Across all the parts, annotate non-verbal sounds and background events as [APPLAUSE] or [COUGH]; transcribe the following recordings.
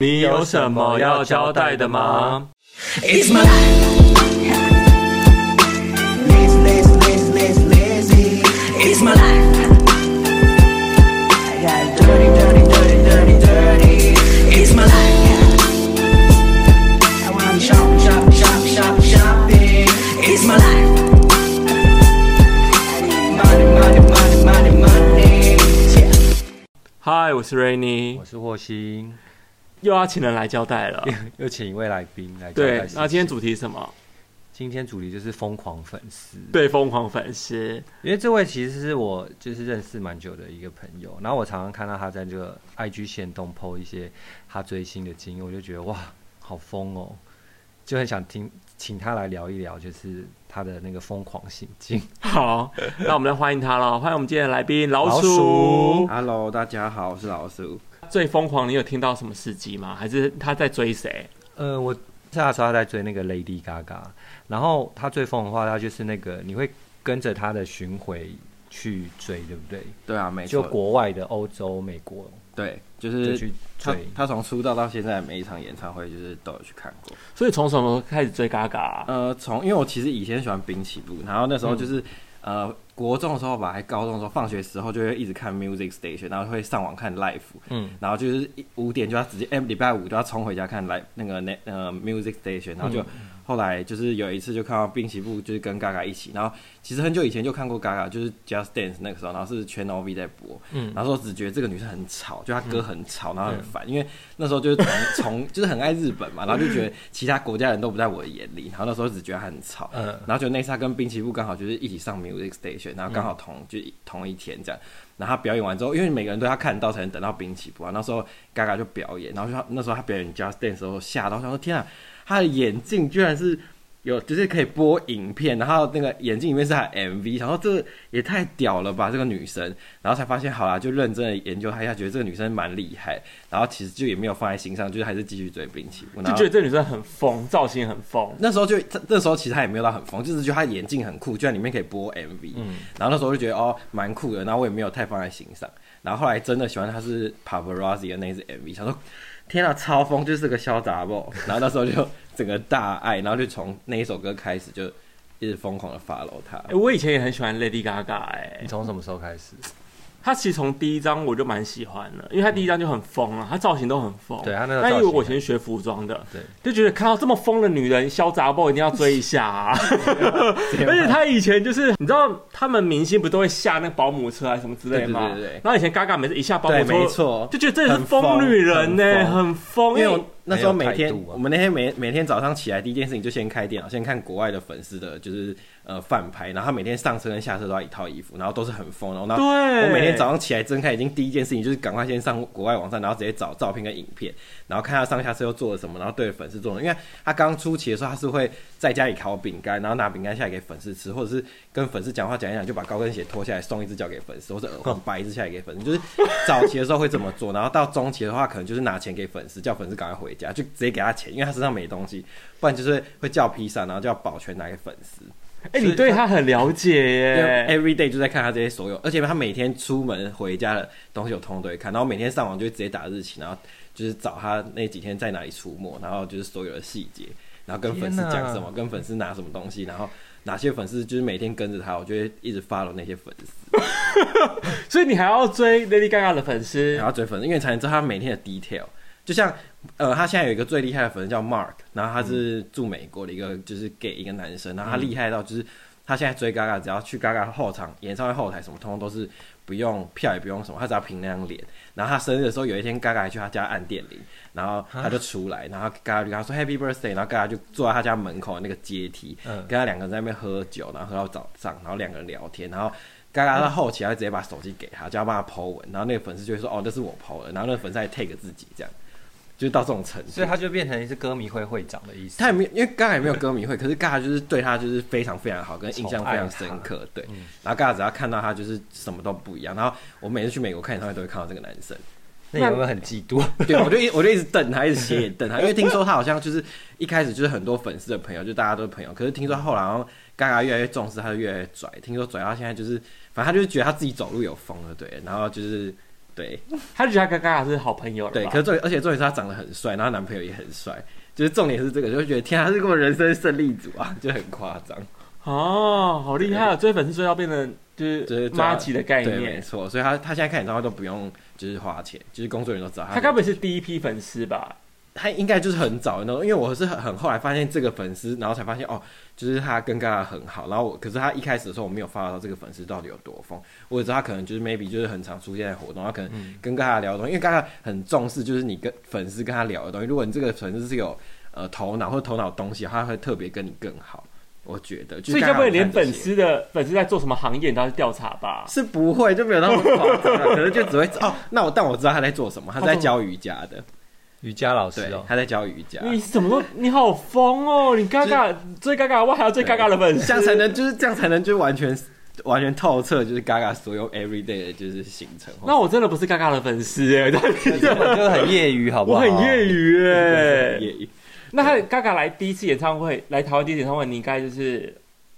你有什么要交代的吗？ It's my life. Lazy, lazy, lazy, lazy, lazy. It's my life. I got dirty, dirty, dirty, dirty, dirty. It's my life. I wanna shop, shop, shop, shop, shopping. It's my life. I need money, money, money, money, money. Yeah. 嗨，我是 Rainy，我是霍星，又要请人来交代 [LAUGHS] 了。又请一位来宾来交代对事，情。那今天主题是什么？今天主题就是疯狂粉丝， [LAUGHS] 对，疯狂粉丝。因为这位其实是我就是认识蛮久的一个朋友，然后我常常看到他在这个 IG 线动 PO 一些他追星的经验，我就觉得哇，好疯哦，就很想听请他来聊一聊，就是他的那个疯狂行 [LAUGHS] 径。好，那我们来欢迎他了，欢迎我们今天的来宾老老鼠。鼠 Hello，大家好，我是老鼠。最疯狂，你有听到什么事迹吗？还是他在追谁？呃，我那时候他在追那个 Lady Gaga，然后他最疯的话，他就是那个你会跟着他的巡回去追，对不对？对啊，没就错，国外的欧洲、美国对，就就是去他追。他从出道到现在，每一场演唱会就是都有去看过。所以从什么时候开始追 Gaga？、啊、呃，从因为我其实以前喜欢滨崎步，然后那时候就是、呃国中的时候吧，还高中的时候，放学时候就会一直看 Music Station，然后会上网看 Live，嗯，然后就是一五点就要直接，哎、礼拜五就要冲回家看 Live 那个那呃 Music Station，然后就、嗯后来就是有一次就看到滨崎步就是跟 Gaga 一起，然后其实很久以前就看过 Gaga，就是 Just Dance 那个时候，然后是全 OV 在播，嗯然后说只觉得这个女生很吵，就她歌很吵，然后很烦，因为那时候就是从从就是很爱日本嘛，然后就觉得其他国家人都不在我的眼里，然后那时候只觉得她很吵，嗯然后就那次她跟滨崎步刚好就是一起上 Music Station，然后刚好同、就同一天这样，然后他表演完之后，因为每个人都要看到才能等到滨崎步啊，那时候 Gaga 就表演，然后就她那时候她表演 Just Dance 的时候吓到，我想说天啊，她的眼镜居然是。有就是可以播影片，然后那个眼镜里面是她的 MV，想说这也太屌了吧，这个女生，然后才发现好啦，就认真的研究她一下，觉得这个女生蛮厉害，然后其实就也没有放在心上，就是还是继续追滨崎步，然就后觉得这女生很疯，造型很疯。那时候就这那时候其实他也没有到很疯，就是觉得他眼镜很酷，居然里面可以播 MV，、然后嗯那时候就觉得哦蛮酷的，然后我也没有太放在心上，然后后来真的喜欢他是 Paparazzi 的那一支 MV，想说天啊超疯，就是个小杂包， [LAUGHS] 然后那时候就整个大爱，然后就从那一首歌开始就一直疯狂的 follow 他，哎我以前也很喜欢 Lady Gaga，哎、你从什么时候开始？她其实从第一张我就蛮喜欢的，因为她第一张就很疯啊，她造型都很疯。对她那个但因为造型我以前学服装的，对，就觉得看到这么疯的女人，潇洒 boy 一定要追一下 [LAUGHS] 啊！而且她以前就是，你知道他们明星不都会下那保姆车啊什么之类的吗？对对对对然后以前 Gaga 每次一下保姆对，车，没错，就觉得这是疯女人呢、很疯很疯。因为因我为那时候很有每天，态度啊我们那天每每天早上起来第一件事情就先开电脑，先看国外的粉丝的，就是呃饭拍，然后他每天上车跟下车都要一套衣服，然后都是很疯，然后然后对我每天早上起来睁开眼睛第一件事情就是赶快先上国外网站，然后直接找照片跟影片，然后看他上下车又做了什么，然后对粉丝做了，因为他刚出期的时候他是会在家里烤饼干，然后拿饼干下来给粉丝吃，或者是跟粉丝讲话讲一讲就把高跟鞋脱下来送一只脚给粉丝，或者耳环掰一只下来给粉丝，就是早期的时候会这么做，然后到中期的话可能就是拿钱给粉丝，叫粉丝赶快回家，就直接给他钱，因为他身上没东西，不然就是会叫披萨，然后叫保全拿给粉丝。哎、你对她很了解耶、 every day 就在看他这些所有，而且他每天出门回家的东西我通通都会看，然后每天上网就会直接打日期，然后就是找他那几天在哪里出没，然后就是所有的细节，然后跟粉丝天讲哪什么，跟粉丝拿什么东西，然后哪些粉丝就是每天跟着他，我就会一直 follow 那些粉丝，所以你还要追 Lady Gaga 的粉丝然，后追粉丝，因为才能知道他每天的 detail。就像，呃，他现在有一个最厉害的粉丝叫 Mark，然后他是住美国的一个就是 gay 一个男生，然后他厉害到就是他现在追 Gaga，只要去 Gaga 后场演唱会后台什么，通通都是不用票也不用什么，他只要凭那张脸。然后他生日的时候，有一天 Gaga 还去他家按电铃，然后他就出来，然后 Gaga 就跟他说 Happy Birthday，然后 Gaga 就坐在他家门口的那个阶梯，嗯跟他两个人在那边喝酒，然后喝到早上，然后两个人聊天，然后。Gaga 到后期，他就直接把手机给他，叫他帮他 Po 文，然后那个粉丝就会说：“哦，那是我 Po 的。”然后哦那个粉丝还 take 自己，这样就是到这种程度。所以他就变成是歌迷会会长的意思。他也没有，因为刚才也没有歌迷会，可是尬就是对他就是非常非常好，跟印象非常深刻。对，嗯然后尬只要看到他就是什么都不一样。然后我每次去美国看演唱会都会看到这个男生， [LAUGHS] 那你有没有很嫉妒？对我就一我就一直瞪他，一直斜眼瞪他，因为听说他好像就是一开始就是很多粉丝的朋友，就大家都是朋友。可是听说后来好像嘎嘎越来越重视他，就越来越拽。听说拽到现在就是，反正他就是觉得他自己走路有风了，对，然后就是对他就觉得他跟嘎嘎是好朋友了吧。对，可是重点，而且重点是他长得很帅，然后她男朋友也很帅，就是重点是这个，就会觉得天啊，他是我人生胜利组啊， [LAUGHS] 就很夸张，哦，好厉害啊！追粉丝追到变成就就是是对啊妈吉的概对，没念。错，所以他他现在看演唱会都不用就是花钱，就是工作人员都知道他该不会是第一批粉丝吧？他应该就是很早的那种，因为我是很很后来发现这个粉丝，然后才发现哦，就是他跟嘎嘎很好，然后我可是他一开始的时候我没有发到这个粉丝到底有多疯，我也知道他可能就是 maybe 就是很常出现在活动，他可能跟嘎嘎聊的东西，因为嘎嘎很重视就是你跟粉丝跟他聊的东西，如果你这个粉丝是有呃头脑或头脑东西，他会特别跟你更好，我觉得，所就是以嘎该嘎不会连很看这粉些丝的粉丝在做什么行业，你都要去调查吧？是不会就没有那么夸张啊，可能就只会哦，那我但我知道他在做什么，他是在他做教瑜伽的， [LAUGHS] 瑜伽老师对啊哦，，他在教瑜伽，你怎么说？你好疯哦！你嘎嘎最嘎嘎，我还要最嘎嘎的粉这丝，样才能就是这样才能就是完全完全透彻，就是 Gaga 所有 everyday 的就是行程。 [LAUGHS] 那我真的不是嘎嘎的粉丝哎，到底根本就很业余，好不我好？很业余，余哎。也那他嘎嘎来第一次演唱会，来台湾第一次演唱会，你应该就是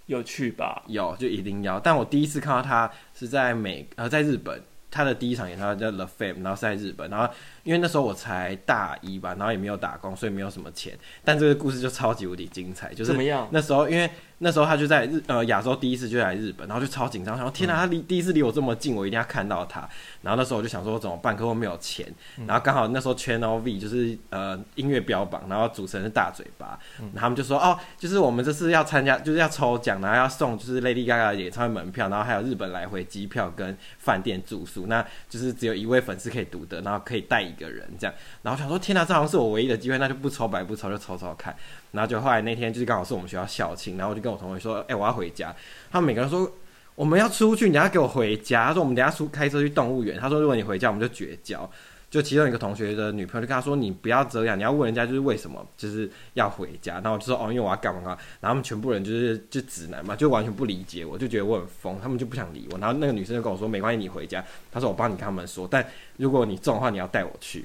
有去吧？有就一定要，但我第一次看到他是在美呃在日本，他的第一场演唱会叫 The Fame，然后是在日本，然后因为那时候我才大一吧，然后也没有打工，所以没有什么钱，但这个故事就超级无敌精彩，就是怎么样那时候因为那时候他就在日呃亚洲第一次就来日本，然后就超紧张，想说天哪、嗯他离第一次离我这么近，我一定要看到他。然后那时候我就想说怎么办，可我没有钱，然后刚好那时候 Channel V 就是呃音乐标榜，然后主持人是大嘴巴，然后他们就说哦，就是我们这次要参加，就是要抽奖，然后要送就是 Lady Gaga 的演唱会门票，然后还有日本来回机票跟饭店住宿，那就是只有一位粉丝可以独得，然后可以带一个人这样。然后想说天哪，这好像是我唯一的机会，那就不抽白不抽，就抽抽看。然后就后来那天就是刚好是我们学校校庆，然后我就跟我同学说，哎、我要回家。他们每个人说我们要出去，你等下给我回家。他说我们等下出开车去动物园。他说如果你回家，我们就绝交。就其中一个同学的女朋友就跟他说：“你不要这样，你要问人家就是为什么就是要回家。”然后我就说：“哦，因为我要干嘛干嘛。”然后他们全部人就是就直男嘛，就完全不理解我，就觉得我很疯，他们就不想理我。然后那个女生就跟我说：“没关系，你回家。”她说：“我帮你跟他们说，但如果你中的话，你要带我去。”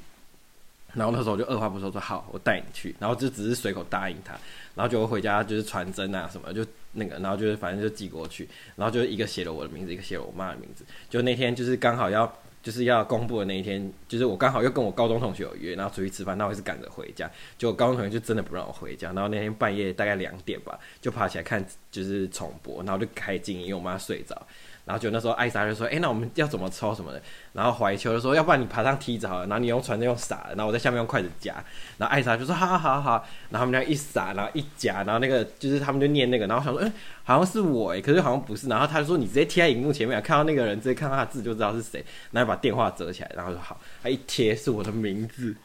然后那时候我就二话不说说好，我带你去，然后就只是随口答应他，然后就回家就是传真啊什么，就那个，然后就是反正就寄过去，然后就一个写了我的名字，一个写了我妈的名字，就那天就是刚好要就是要公布的那一天，就是我刚好又跟我高中同学有约，然后出去吃饭，那我也是赶着回家，就我高中同学就真的不让我回家，然后那天半夜大概两点吧，就爬起来看就是重播，然后就开静音，因为我妈睡着。然后就那时候艾莎就说：“哎、那我们要怎么抽什么的？”然后怀秋就说：“要不然你爬上梯子好了，然后你用船子用撒的，然后我在下面用筷子夹。”然后艾莎就说：“好好好好。”然后他们俩一撒，然后一夹，然后那个就是他们就念那个，然后想说：“嗯，好像是我哎，可是好像不是。”然后他就说：“你直接贴在荧幕前面，看到那个人，直接看到他的字就知道是谁。”然后把电话折起来，然后说：“好。”他一贴是我的名字。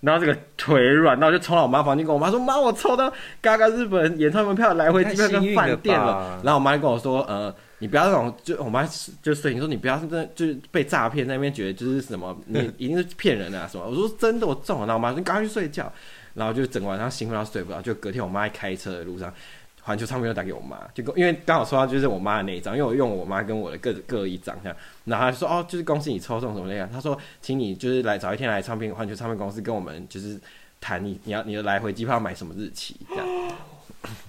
然后这个腿软，然后就冲到我妈房间，跟我妈说：“妈，我抽到嘎嘎日本演唱会票来回机票跟饭店太幸运了了吧。”然后我妈就跟我说，呃，你不要那种，就我妈就所以你说你不要真的就是被诈骗在那边觉得就是什么，你一定是骗人的啊什么。我 [LAUGHS] 说真的，我中了。然后我妈说你赶快去睡觉。然后就整个晚上兴奋到睡不着，就隔天我妈在开车的路上，环球唱片又打给我妈，就跟因为刚好抽到就是我妈的那一张，因为我用我妈跟我的各各一张这样。然后她就说哦，就是恭喜你抽中什么那样。她说，请你就是来早一天来唱片环球唱片公司跟我们就是谈你你要你的来回机票买什么日期这样。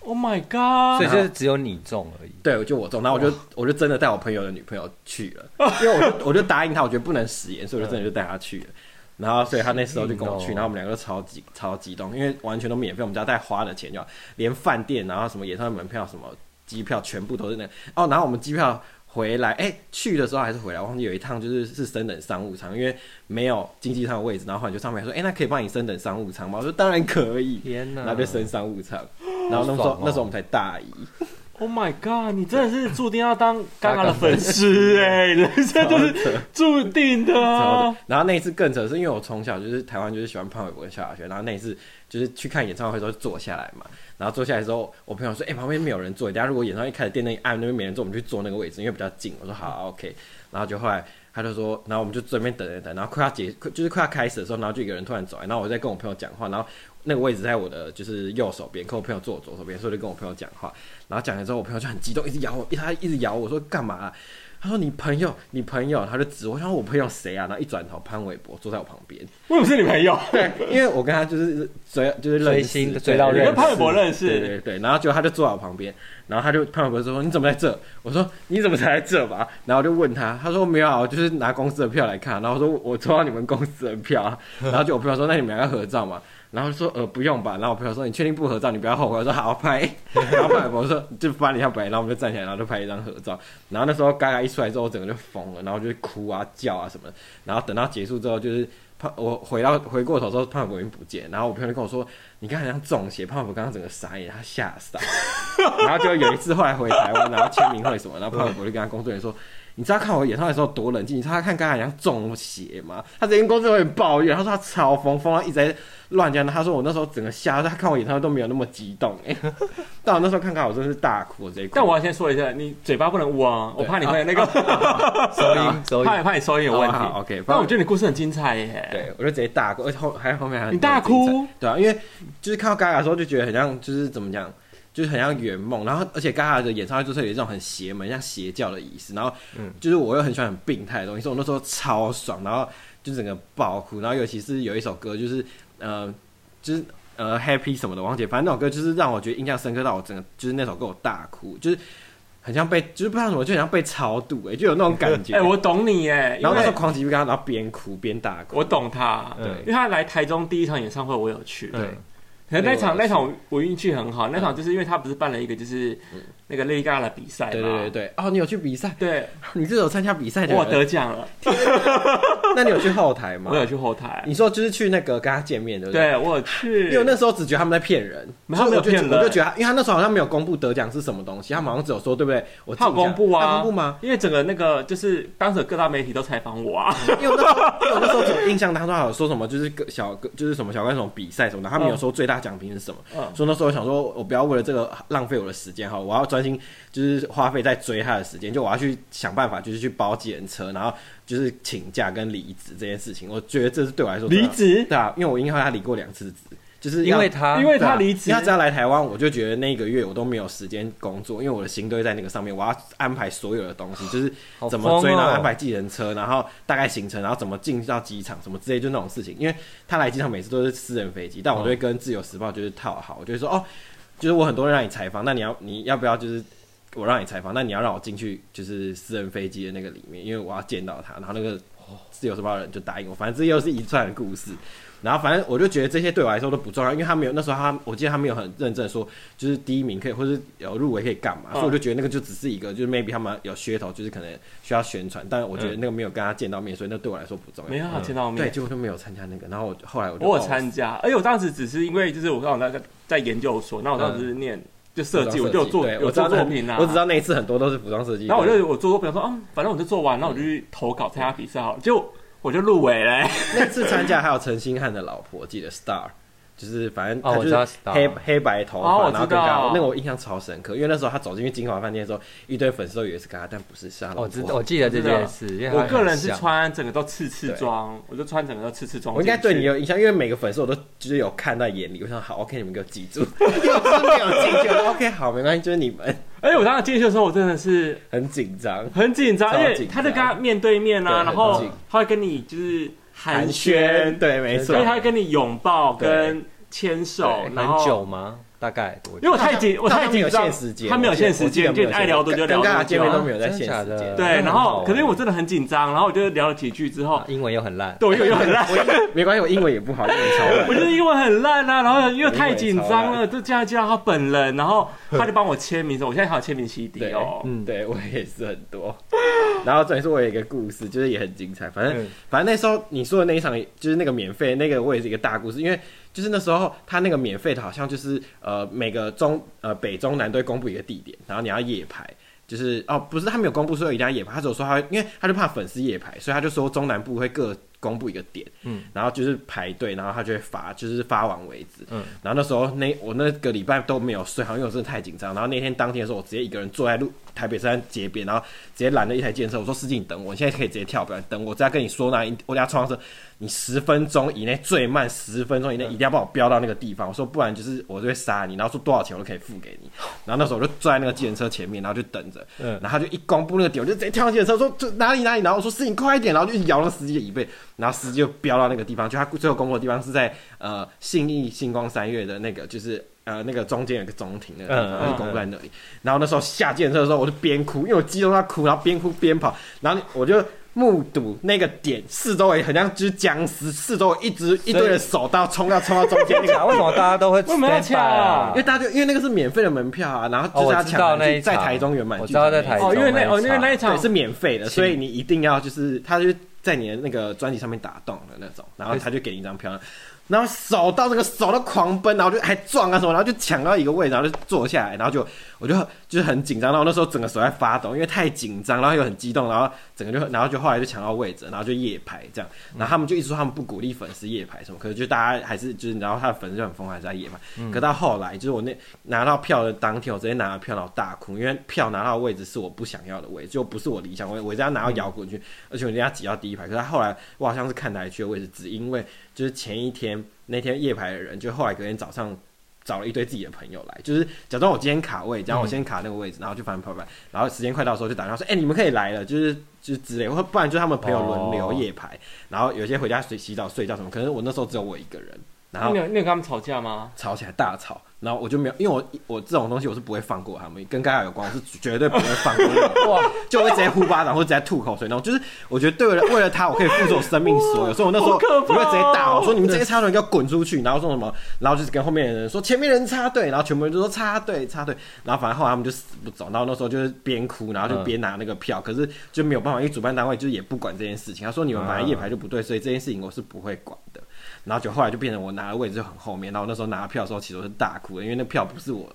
Oh my 所以 god！就是只有你中而已。对，就我中，然后我就我就真的带我朋友的女朋友去了，因为我就我就答应他，我觉得不能食言，所以我就真的就带她去了。然后，所以他那时候就跟我去，幸运哦然后我们两个都超级超激动，因为完全都免费，我们家带花的钱就好连饭店，然后什么演唱会门票、什么机票，全部都是那个哦。然后我们机票回来，哎、去的时候还是回来，忘记有一趟就是是升等商务舱，因为没有经济舱的位置，然后后来就上面说，哎、那可以帮你升等商务舱吗？我说当然可以，天哪然后就升商务舱，然后那时候、好爽哦那时候我们才大一。 Oh my god！你真的是注定要 [LAUGHS] 当嘎嘎的粉丝哎、人生就是注定的超啊的！然后那一次更扯，是因为我从小就是台湾就是喜欢潘玮柏、萧亚轩，然后那一次就是去看演唱会的时候就坐下来嘛，然后坐下来之后，我朋友说：“哎、旁边没有人坐，等一下如果演唱会开始电灯一暗，那边没人坐，我们去坐那个位置，因为比较近。”我说：“好、o k 然后就后来他就说，然后我们就这边等等等，然后快要结，快就是快要开始的时候，然后就一个人突然走来，然后我在跟我朋友讲话，然后那个位置在我的就是右手边，跟我朋友坐我左手边，所以我就跟我朋友讲话，然后讲了之后，我朋友就很激动，一直咬我，一他一直咬我说干嘛啊、他说你朋友，你朋友，他就指我，我想说我朋友谁啊？然后一转头，潘玮柏坐在我旁边，为什么是女 [LAUGHS] 朋友？对，因为我跟他就是追，就是认识追星对追到对你认识跟潘玮柏认对识？对对，然后就他就坐在我旁边，然后他就潘玮柏说：“你怎么在这？”我说：“你怎么才在这吧？”然后我就问他，他说：“没有啊，我就是拿公司的票来看。”啊然后我说：“我抽到你们公司的票啊。”然后就我朋友说：“那你们要合照吗？”然后就说：“呃，不用吧。”然后我朋友说：“你确定不合照？你不要后悔。”我说：“好拍。” [LAUGHS] 然后潘玮柏说：“就翻了一下白。”然后我们就站起来，然后就拍一张合照。然后那时候嘎嘎一出来之后，我整个就疯了，然后就哭啊叫啊什么的。然后等到结束之后，就是胖，我回到回过头之后，胖虎已经不见。然后我朋友就跟我说：“你刚才像中邪。”胖虎刚刚整个傻眼，他吓傻。 [LAUGHS] 然后就有一次后来回台湾，然后签名会什么，然后胖虎就跟他工作人员说。你知道看我演唱会的时候多冷静，你知道他看刚才像中邪吗？他直接跟工作人员抱怨，他说他超疯，疯到一直在乱讲。他说我那时候整个吓，他看我演唱会都没有那么激动、欸。 [LAUGHS] 但我那时候看看我真是大哭，我直接哭。但我要先说一下，你嘴巴不能捂啊，我怕你会那个， [LAUGHS] [LAUGHS] 收音收音怕，你怕你收音有问题。好好，OK，但我觉得你故事很精彩耶。对，我就直接大哭，而且后还有后面还有很你大多精彩哭，对啊，因为就是看到 Gaga 的时候就觉得很像，就是怎么讲，就是很像圆梦。然后而且 Gaga 的演唱会就是有一种很邪门、像邪教的仪式。然后嗯就是我又很喜欢很病态的东西，所以我那时候超爽，然后就整个爆哭。然后尤其是有一首歌，就是呃，就是。呃，Happy 什么的，王姐，反正那首歌就是让我觉得印象深刻到我整个，就是那首歌我大哭，就是很像被，就是不知道怎么，就很像被超度、哎，就有那种感觉。 [LAUGHS] 哎，我懂你耶，因然后那时为候狂喜跟他，然后边哭边大哭。我懂他，对因为他来台中第一场演唱会我有去，对，可能那场对我也嗯那是场我我运气很好，那场就是因为他不是办了一个就是那个 Lady Gaga 的比赛嘛，嗯对对对对，哦，你有去比赛？对，你这有参加比赛的我人？得奖了，那你有去后台吗？我有。去后台，你说就是去那个跟他见面，对不对？对我有去，因为我那时候只觉得他们在骗人，没有他没有所以我就骗人我就觉得他，因为他那时候好像没有公布得奖是什么东西，他们好像只有说，对不对？我他有公布啊，他有公布吗？？因为整个那个就是当时有各大媒体都采访我啊，因为我那时候，因为我那时候只有印象当中还有说什么，就是个小个就是什么小关什么比赛什么的，他们有说最大奖品是什么，嗯所以那时候我想说，我不要为了这个浪费我的时间哈，我要专心就是花费在追他的时间，就我要去想办法，就是去包计程车，然后就是请假跟离职这件事情，我觉得这是对我来说离职对啊，因为我因为他离过两次职，就是因要为他 [LAUGHS] 因为他离职对啊因为他只要来台湾，我就觉得那一个月我都没有时间工作，因为我的心都会在那个上面，我要安排所有的东西，就是好怎么追，疯哦然后安排计程车，然后大概行程，然后怎么进到机场，什么之类，就那种事情。因为他来机场每次都是私人飞机，但嗯我就会跟自由时报就是套好，我就会说哦，就是我很多人让你采访，那你要你要不要就是我让你采访，那你要让我进去就是私人飞机的那个里面，因为我要见到他。然后那个自由时报的人就答应我，反正这又是一串的故事。然后反正我就觉得这些对我来说都不重要，因为他没有那时候他，我记得他没有很认真地说，就是第一名可以或是有入围可以干嘛，嗯所以我就觉得那个就只是一个，就是 maybe 他们有噱头，就是可能需要宣传，但我觉得那个没有跟他见到面，所以那对我来说不重要。没办法见到面对，。结果就没有参加那个。然后我就后来我就我有哦参加，而且我当时只是因为就是我刚好在在在研究所，那我当时是念就设计，服装我就有做对有嗯我知道做那作品啊，我只知道那一次很多都是服装设计。然后我就我做作品我说，嗯，反正我就做完，然后我就嗯去投稿参加比赛好了，就我就入围欸嘞， [LAUGHS] 那次参加还有陈星汉的老婆，记得 Star，就是反正哦他就我知道是 Star 黑、黑白头哦发，我然后知跟道他那个我印象超深刻，因为那时候他走进去金华饭店的时候，一堆粉丝都以为是他，但不是是他老哦婆。哦我知我记得这件事，因为我他个人很是像穿整个都刺刺装，我就穿整个都刺刺装我进去。应该对你有印象，因为每个粉丝我都就是有看在眼里。我想好，OK，你们给我记 [LAUGHS] 住，因为我真的没有进去。我说 OK，好，没关系，就是你们而且我当时进去的时候，我真的是很紧张，很紧张，超因为紧张他在跟他面对面对啊，很然后近他会跟你就是寒轩，对，没错所以，他会跟你拥抱对跟牵手，哦然后很久吗？大概多因为久？我太紧，我太他没紧有张限时，间，他没有限时我间，记得就没有限时间爱聊多久跟聊跟大多家见面都嗯久。没有在真的限假时的间。对，那然后很好可是因为我真的很紧张，然后我就聊了几句之后啊，英文又很烂，对我又有很烂，没哎关系，我英文也不好，英文超烂 [LAUGHS] 我觉得英文很烂啊，然后因为太紧张了，就这样叫他本人，然后他就帮我签名，我现在还有签名 CD 对哦。嗯，对我也是很多。 [LAUGHS] 然后重点是我有一个故事，就是也很精彩。反正、嗯反正那时候你说的那一场，就是那个免费那个，我也是一个大故事，因为就是那时候他那个免费的，好像就是呃每个中呃北中南都会公布一个地点，然后你要夜排。就是哦，不是他没有公布说一定要夜排，他只有说他会，因为他就怕粉丝夜排，所以他就说中南部会各公布一个点，嗯，然后就是排队，然后他就会发，就是发完为止，嗯，然后那时候那我那个礼拜都没有睡好，因为我真的太紧张。然后那天当天的时候，我直接一个人坐在路台北山街边，然后直接拦了一台建车，我说司机你等我，你现在可以直接跳表演，等我再跟你说那，我等下冲上车，你十分钟以内最慢十分钟以内一嗯定要帮我飙到那个地方，我说不然就是我就会杀你，然后说多少钱我都可以付给你，然后那时候我就坐在那个计程车前面，然后就等着，嗯然后他就一公布那个点，我就直接跳上计程车说这哪里哪里，然后我说司机你快一点，然后就一直摇那个司机的椅背，然后司机就飙到那个地方，就他最后公布的地方是在呃信义星光三月的那个就是。呃，那个中间有一个中庭那个地嗯嗯方，嗯然后就公布在那里。然后那时候下建车的时候，我就边哭，因为我激动到哭，然后边哭边跑，然后我就目睹那个点四周围很像只僵尸，四周围一直一堆的手刀冲要冲到中间那个啊为什么大家都会为什么要 stand by 抢啊因为大家就因为那个是免费的门票啊，然后哦，就是我他知道抢那的一在场台中圆满我剧知场道那一场，在台中哦，因为那一哦，因为那一对场是免费的，是所以你一定要就是他就在你的那个专辑上面打动的那种，然后他就给你一张票，然后手到那个手都狂奔，然后就还撞啊什么，然后就抢到一个位，然后就坐下来，然后就我就就是很紧张，然后那时候整个手在发抖，因为太紧张，然后又很激动，然后整个就然后就后来就抢到位置，然后就夜排这样，然后他们就一直说他们不鼓励粉丝夜排什么，可是就大家还是就是然后他的粉丝就很疯，还是在夜排，可到后来就是我那拿到票的当天，我直接拿到票然后大哭，因为票拿到的位置是我不想要的位置，就不是我理想位，我一定要拿到摇滚区，而且我一定要挤到第一排。可是他后来我好像是看哪一区的位置，只因为就是前一天那天夜排的人，就后来隔天早上。找了一堆自己的朋友来，就是假装我今天卡位，然后我先卡那个位置，然后就反正跑跑，然后时间快到的时候就打电话说，哎、你们可以来了，就是就是之类，或不然就他们朋友轮流哦夜排，然后有些回家洗洗澡睡觉什么，可能我那时候只有我一个人，那然后你有你有跟他们吵架吗？吵起来大吵，然后我就没有，因为我我这种东西我是不会放过他们，跟刚刚有关，我是绝对不会放过 [LAUGHS] 的，哇，就会直接呼巴掌或者直接吐口水那种，就是我觉得对了，为了他我可以付出我生命所有，所以我那时候好可怕我哦会直接打我说你们这些插队给我滚出去，然后说什么，然后就是跟后面的人说前面人插队，然后全部人就说插队插队，然后反正后来他们就死不走，然后那时候就是边哭，然后就边拿那个票，可是就没有办法，因为主办单位就是也不管这件事情，他说你们本来夜排就不对，所以这件事情我是不会管的。然后就后来就变成我拿的位置就很后面，然后那时候拿票的时候其实我是大哭的，因为那票不是我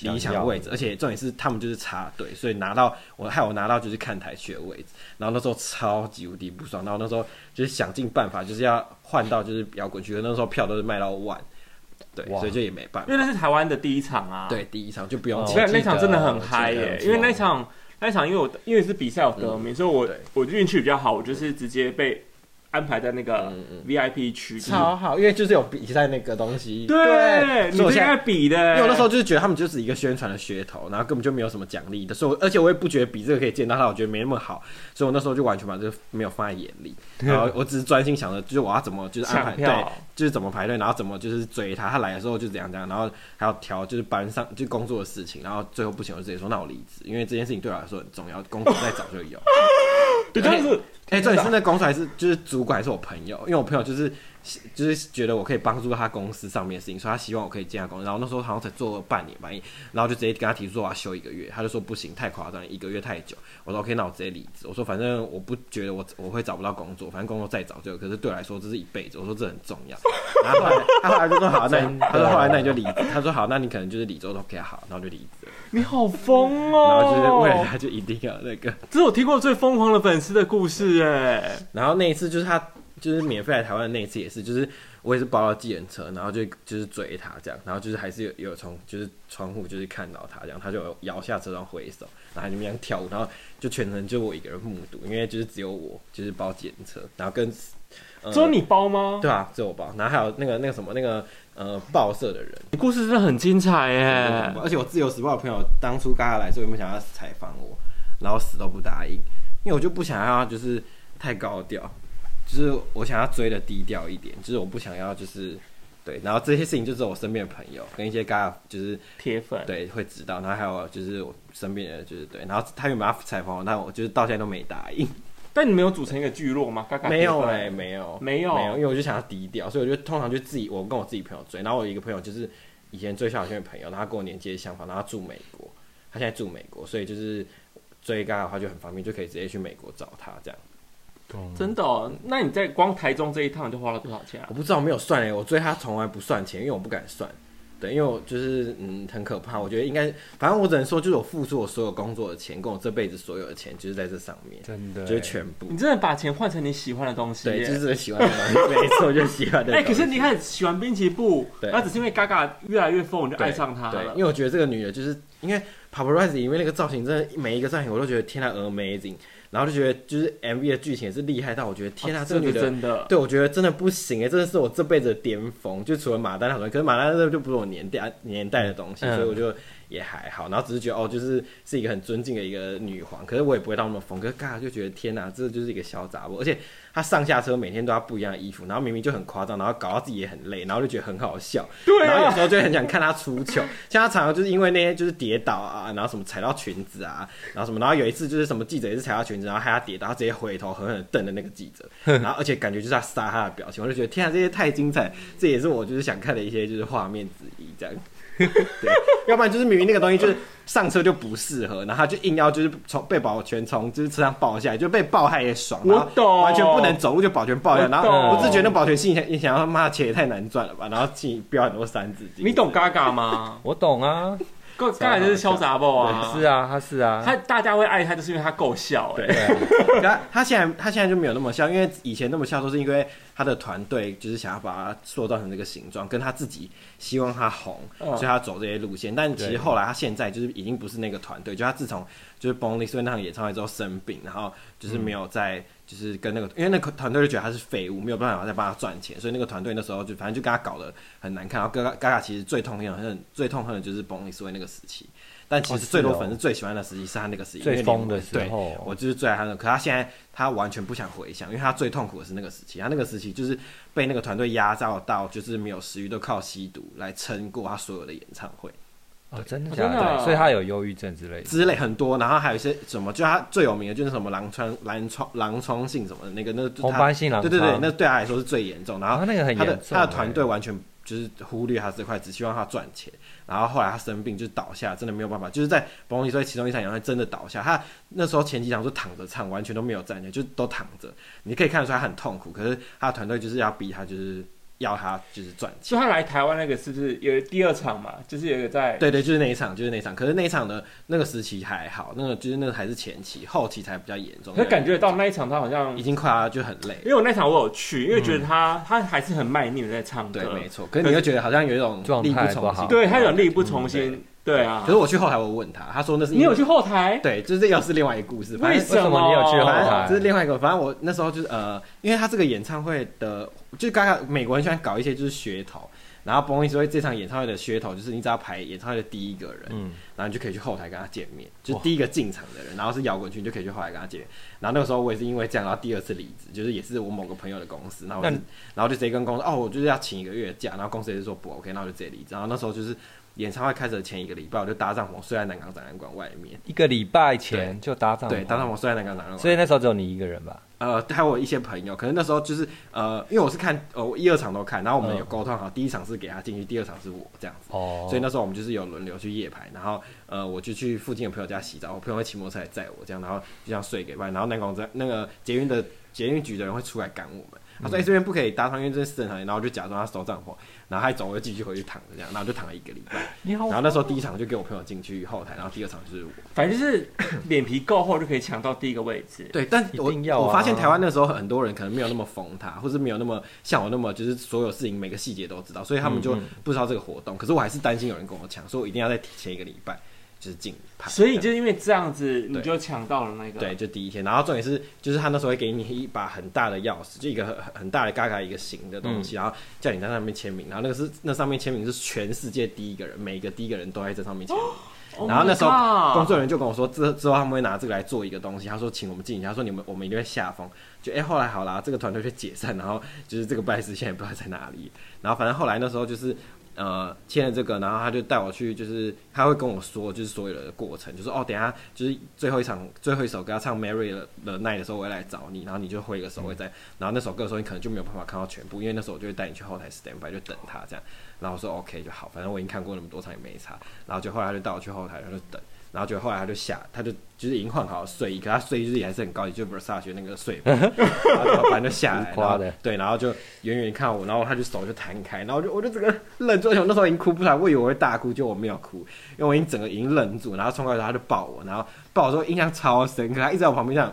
理想的位置，而且重点是他们就是插队，所以拿到我害我拿到就是看台区的位置，然后那时候超级无敌不爽，然后那时候就是想尽办法就是要换到就是摇滚区，可是那时候票都是卖到万，对，哇所以就也没办因为法。那是台湾的第一场啊。对，第一场就不用哦没钱有，那我场记真得的很我记得嗨我耶，记因为得嗯那场那场因为我因为是比赛有得名，所以我对我运气比较好，我就是直接被安排在那个嗯嗯 VIP 区。超好，因为就是有比赛那个东西，对，你所以我这现在该比的，因为我那时候就是觉得他们就是一个宣传的噱头，然后根本就没有什么奖励的，所以我而且我也不觉得比这个可以见到他，我觉得没那么好，所以我那时候就完全把这个没有放在眼里，然后我只是专心想着就是我要怎么就是安排抢票对，就是怎么排队，然后怎么就是追他，他来的时候就怎样怎样，然后还要调就是班上就是工作的事情，然后最后不行我就直接说那我离职，因为这件事情对我来说很重要，工作再找就有。对，但是哎、重点是那公司还是就是主管还是我朋友，因为我朋友就是就是觉得我可以帮助他公司上面的事情，所以他希望我可以进他公司。然后那时候好像才做了半年吧，然后就直接跟他提出说我要休一个月，他就说不行，太夸张了，一个月太久。我说 OK，那我直接离职。我说反正我不觉得我我会找不到工作，反正工作再找就有，可是对我来说这是一辈子。我说这很重 [LAUGHS] 要。然后后来他后来就说好，那你他说后来那你就离职，他说好，那你可能就是离职。我说 OK 好，然后就离职了。你好疯然后就是为了哦！他就一定要那个。这是我听过最疯狂的粉丝的故事哎，然后那一次就是他就是免费来台湾的那一次也是，就是我也是包了计程车，然后就就是追他这样，然后就是还是有有从就是窗户就是看到他这样，他就有摇下车窗挥手，然后他就那样跳舞，然后就全程就我一个人目睹，因为就是只有我就是包计程车，然后跟呃只有你包吗？对啊，只有我包，然后还有那个那个什么那个呃报社的人，你故事真的很精彩哎，而且我自由时报的朋友当初刚他来的时候，有没有想要采访我，然后死都不答应，因为我就不想要就是太高调，就是我想要追的低调一点，就是我不想要就是对，然后这些事情就是我身边的朋友跟一些嘎就是铁粉，对会知道，然后还有就是我身边的就是对，然后他原本要采访我，但我就是到现在都没答应，但你没有组成一个聚落吗？嘎嘎没有铁粉哎、没有没有没有，因为我就想要低调，所以我就通常就自己我跟我自己朋友追，然后我有一个朋友就是以前追小轩的朋友，然后他跟我年纪相仿，然后他住美国，他现在住美国，所以就是追他的话就很方便，就可以直接去美国找他这样。真的哦。那你在光台中这一趟就花了多少钱啊欸我？不知道我没有算哎、我追他从来不算钱，因为我不敢算。对，因为我就是嗯很可怕，我觉得应该，反正我只能说，就是我付出我所有工作的钱，跟我这辈子所有的钱，就是在这上面，真的就是全部你，真的把钱换成你喜欢的东西耶。对，就是我喜欢的东西，没错，就是喜欢的 [LAUGHS] 哎、东可西。是你看，喜欢滨崎步，对那只是因为 Gaga 越来越疯，你就对爱上她对，哦了因。为我觉得这个女的，就是因为 Paparazzi 里面那个造型，真的每一个造型我都觉得天呐 amazing，然后就觉得就是 MV 的剧情也是厉害到我觉得天呐、啊这个是女的，真的，对我觉得真的不行哎、真的是我这辈子的巅峰，就除了马丹好看，可是马丹那就不是我年代年代的东西，嗯所以我就也还好，然后只是觉得哦，就是是一个很尊敬的一个女皇，可是我也不会到那么疯，可是嘎就觉得天呐、这就是一个小杂货，而且她上下车每天都要不一样的衣服，然后明明就很夸张，然后搞到自己也很累，然后就觉得很好笑，对然后有啊，时候就会很想看他出糗， [LAUGHS] 像他常常就是因为那些就是跌倒啊，然后什么踩到裙子啊，然后什么，然后有一次就是什么记者也是踩到裙子，然后害他跌倒，他直接回头狠狠地瞪着那个记 [LAUGHS] 者，然后而且感觉就是他杀他的表情，我就觉得天啊，这些太精彩，这也是我就是想看的一些就是画面之一这样。对， [LAUGHS] 要不然就是明明那个东西就是上车就不适合，然后他就硬要就是从被保全从就是车上抱下来，就被抱害也爽，我然后懂完全不能走路就保全抱下来，我然后懂我自己觉得那保全心里想，你想要妈钱也太难赚了吧，然后自己标很多三字经。你懂 Gaga [LAUGHS] 吗我懂啊， ？Gaga 就是潇洒爆啊，是，啊，他是啊，他大家会爱他，就是因为他够笑、哎对对啊他 [LAUGHS] 他现在他现在就没有那么笑，因为以前那么笑都是因为他的团队就是想要把他塑造成这个形状，跟他自己希望他红，嗯所以他走这些路线。但其实对后来他现在就是已经不是那个团队，就他自从就是 Bonnie 那场演唱会之后生病，然后就是没有再就是跟那个，因为那个团队就觉得他是废物，没有办法再帮他赚钱，所以那个团队那时候就反正就跟他搞得很难看。然后 Gaga Gaga 其实最痛恨很最痛恨的就是 Bonnie 那个时期。但其哦实最多是哦粉丝最喜欢的时期是他那个时期最因为你疯的时对候我就是最爱他的。可他现在他完全不想回想，因为他最痛苦的是那个时期，他那个时期就是被那个团队压榨到，就是没有食欲，都靠吸毒来撑过他所有的演唱会哦，真的哦假真的啊的？所以他有忧郁症之类的。之类很多。然后还有一些什么，就他最有名的就是什么狼疮、狼疮、狼疮性什么的那个，那就是他红斑性狼对疮对对，那对他来说是最严重。然后啊那个很他的严重他的欸团队完全就是忽略他这块，只希望他赚钱。然后后来他生病就倒下，真的没有办法，就是在彭丽说其中一场演唱会真的倒下。他那时候前几场就躺着唱，完全都没有站起来，就都躺着。你可以看得出来他很痛苦，可是他的团队就是要逼他，就是要他就是赚钱所以。他来台湾那个是不是有第二场嘛？就是有一个在对对，就是那一场，就是那一场。可是那一场呢，那个时期还好，那个就是那个还是前期，后期才比较严重。可感觉到那一场他好像已，经快要就很累因。为我那场我有去，因为觉得他、他还是很卖力的在唱歌，嗯对，没错。可是你会觉得好像有一种状态力不不从好心。嗯对他有点力不从心，嗯对啊可。是我去后台，我问他，他说那是因你为有去后台？对，就是这又是另外一个故事。反为正什么为什么你有去后反台正这是另外一个，反正我那时候就是呃，因为他这个演唱会的，就是刚刚美国人喜欢搞一些就是噱头，然后彭于说这场演唱会的噱头就是你只要排演唱会的第一个人，嗯，然后你就可以去后台跟他见面，就是第一个进场的人，然后是摇滚区，你就可以去后台跟他见面。然后那个时候我也是因为这样，然后第二次离职，就是也是我某个朋友的公司，然后我就那你然后就直接跟公司哦，我就是要请一个月假，然后公司也是说不 OK，那我就直接离职。然后那时候就是演唱会开始的前一个礼拜，我就搭帐篷睡在南港展览馆外面，一个礼拜前就搭帐篷，对，搭帐篷睡在南港展览馆外面，所以那时候只有你一个人吧？呃，还有我一些朋友，可能那时候就是呃，因为我是看呃，我一二场都看，然后我们嗯有沟通好，第一场是给他进去，第二场是我这样子，哦，所以那时候我们就是有轮流去夜排，然后呃，我就去附近的朋友家洗澡，我朋友会骑摩托车来载我，这样，然后就这样睡给班，然后南广在那个捷运的捷运局的人会出来赶我们，他说哎、这边不可以搭上，因为这是私人行业，然后我就假装他收帐篷，然后他一走我就继续回去躺着这样，然后就躺了一个礼拜，你好然后那时候第一场就给我朋友进去后台，然后第二场就是我。反正就是脸皮够厚就可以抢到第一个位置。对，但一我定要啊我发现台湾那时候很多人可能没有那么疯他，或是没有那么像我那么就是所有事情每个细节都知道，所以他们就嗯嗯不知道这个活动。可是我还是担心有人跟我抢，所以我一定要在前一个礼拜就是进 [LAUGHS] 排。所以这就样因为这样子，你对就抢到了那个。对，，就第一天。然后重点是，就是他那时候会给你一把很大的钥匙，就一个很很大的嘎嘎一个型的东嗯西，然后叫你在上面签名。然后那个是那上面签名是全世界第一个人，每个第一个人都在这上面签名。Oh 然后那时候工作人员就跟我说，之之后他们会拿这个来做一个东西。他说请我们进去，他说你们我们一定会下风。就哎、后来好啦，这个团队就解散，然后就是这个拜师现在也不知道在哪里。然后反正后来那时候就是呃签了这个，然后他就带我去，就是他会跟我说就是所有的过程，就是哦等一下就是最后一场最后一首歌要唱 Mary 的的 Night 的时候，我会来找你，然后你就挥个手会在，然后那首歌的时候你可能就没有办法看到全部，因为那时候我就会带你去后台 stand by 就等他这样。然后我说 OK 就好，反正我已经看过那么多场也没差。然后就后来他就带我去后台，然后就等。然后就后来他就下，他就就是已经换好了睡衣，可他睡衣就是还是很高级，就 Versace 那个睡 [LAUGHS] 衣，然后反正就下来，浮然夸后的对，然后就远远看我，然后他就手就弹开，然后我就我就整个愣住，而且我那时候已经哭不出来，我以为我会大哭，就我没有哭，因为我已经整个已经愣住，然后冲过来的时候他就抱我，然后抱我之后印象超深刻，他一直在我旁边这样。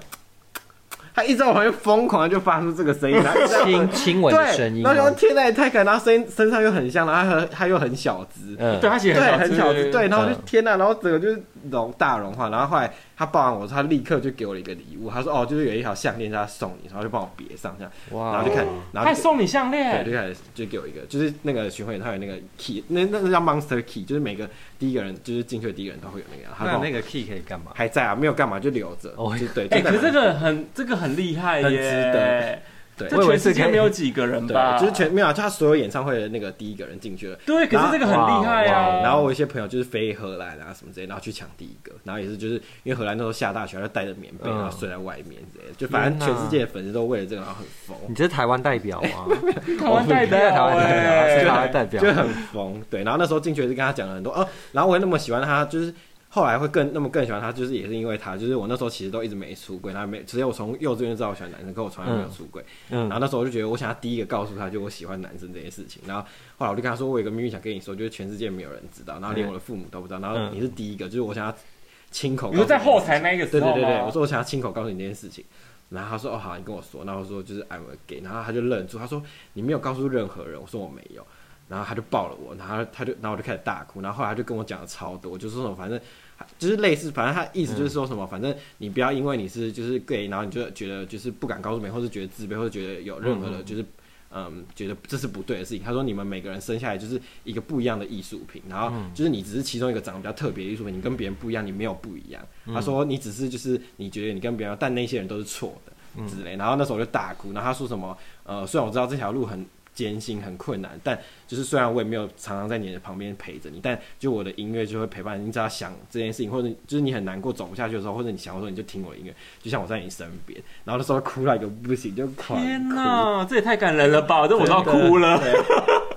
他一直在我旁边疯狂的就发出这个声音，然后一直在我旁边亲亲吻的声音哦对，然后吗，天呐也太可爱，然后身身上又很香，然后他他又很小只，嗯，对，他其实对，很很小小只只，对，然后就嗯天呐，然后整个就是融大融化，然后后来他抱完我之后，他立刻就给我了一个礼物，他说哦，就是有一条项链是他送你，然后就帮我别上这样，哇，哦然后就看，然后还就给。送你项对，链就，开始就给我一个，就是那个巡回演唱会那个 key，那那那叫 monster key，就是每个第一个人就是进去的第一个人都会有那个，然后他那帮我那个 key 可以干嘛？还在啊，没有干嘛就留着，哦就对，哎，就在可是这那个很这个很厉害耶，很值得对，这全世界没有几个人吧？对，就是全没有啊，就他所有演唱会的那个第一个人进去了，对，可是这个很厉害哇啊。然后我一些朋友就是飞荷兰啊什么之类，然后去抢第一个，然后也是就是因为荷兰那时候下大雪，他就带着棉被，嗯然后睡在外面之类的，就反正天哪全世界的粉丝都为了这个然后很疯，你这是台湾代表啊，台湾代表 [LAUGHS] 我不是台湾代表，哎是台湾代表，就很疯。对，然后那时候进去也是跟他讲了很多哦，然后我也那么喜欢他，就是后来会更那么更喜欢他，就是也是因为他，就是我那时候其实都一直没出轨，然后没，只有我从幼稚园就知道我喜欢男生，可我从来没有出轨。嗯然后那时候我就觉得，我想要第一个告诉他，就我喜欢男生这件事情。然后后来我就跟他说，我有一个秘密想跟你说，就是全世界没有人知道，然后嗯连我的父母都不知道，然后你是第一个，就是我想要亲口告你说诉你这在件事情。后台那个时对候对吗对对，我说我想要亲口告诉你这件事情。然后他说：“哦，好，你跟我说。”然后我说：“就是 I'm a gay。”然后他就愣住，他说：“你没有告诉任何人。”我说：“我没有。”然后他就抱了我，然后他就，然后我就开始大哭。然后后来他就跟我讲了超多，就是说什么反正就是类似，反正他意思就是说什么，反正你不要因为你是就是 gay，然后你就觉得就是不敢告诉别人，或是觉得自卑，或者觉得有任何的就是。嗯，觉得这是不对的事情。他说，你们每个人生下来就是一个不一样的艺术品，然后就是你只是其中一个长得比较特别的艺术品，你跟别人不一样，你没有不一样。他说，你只是就是你觉得你跟别人，但那些人都是错的。之类。然后那时候我就大哭，然后他说什么，呃，虽然我知道这条路很艰辛、很困难，但就是虽然我也没有常常在你的旁边陪着你，但就我的音乐就会陪伴你。你只要想这件事情，或者你就是你很难过、走不下去的时候，或者你想的时候，你就听我的音乐，就像我在你身边。然后那时候哭到一个不行，就狂天哭。哪，这也太感人了吧！这我都要哭了。对，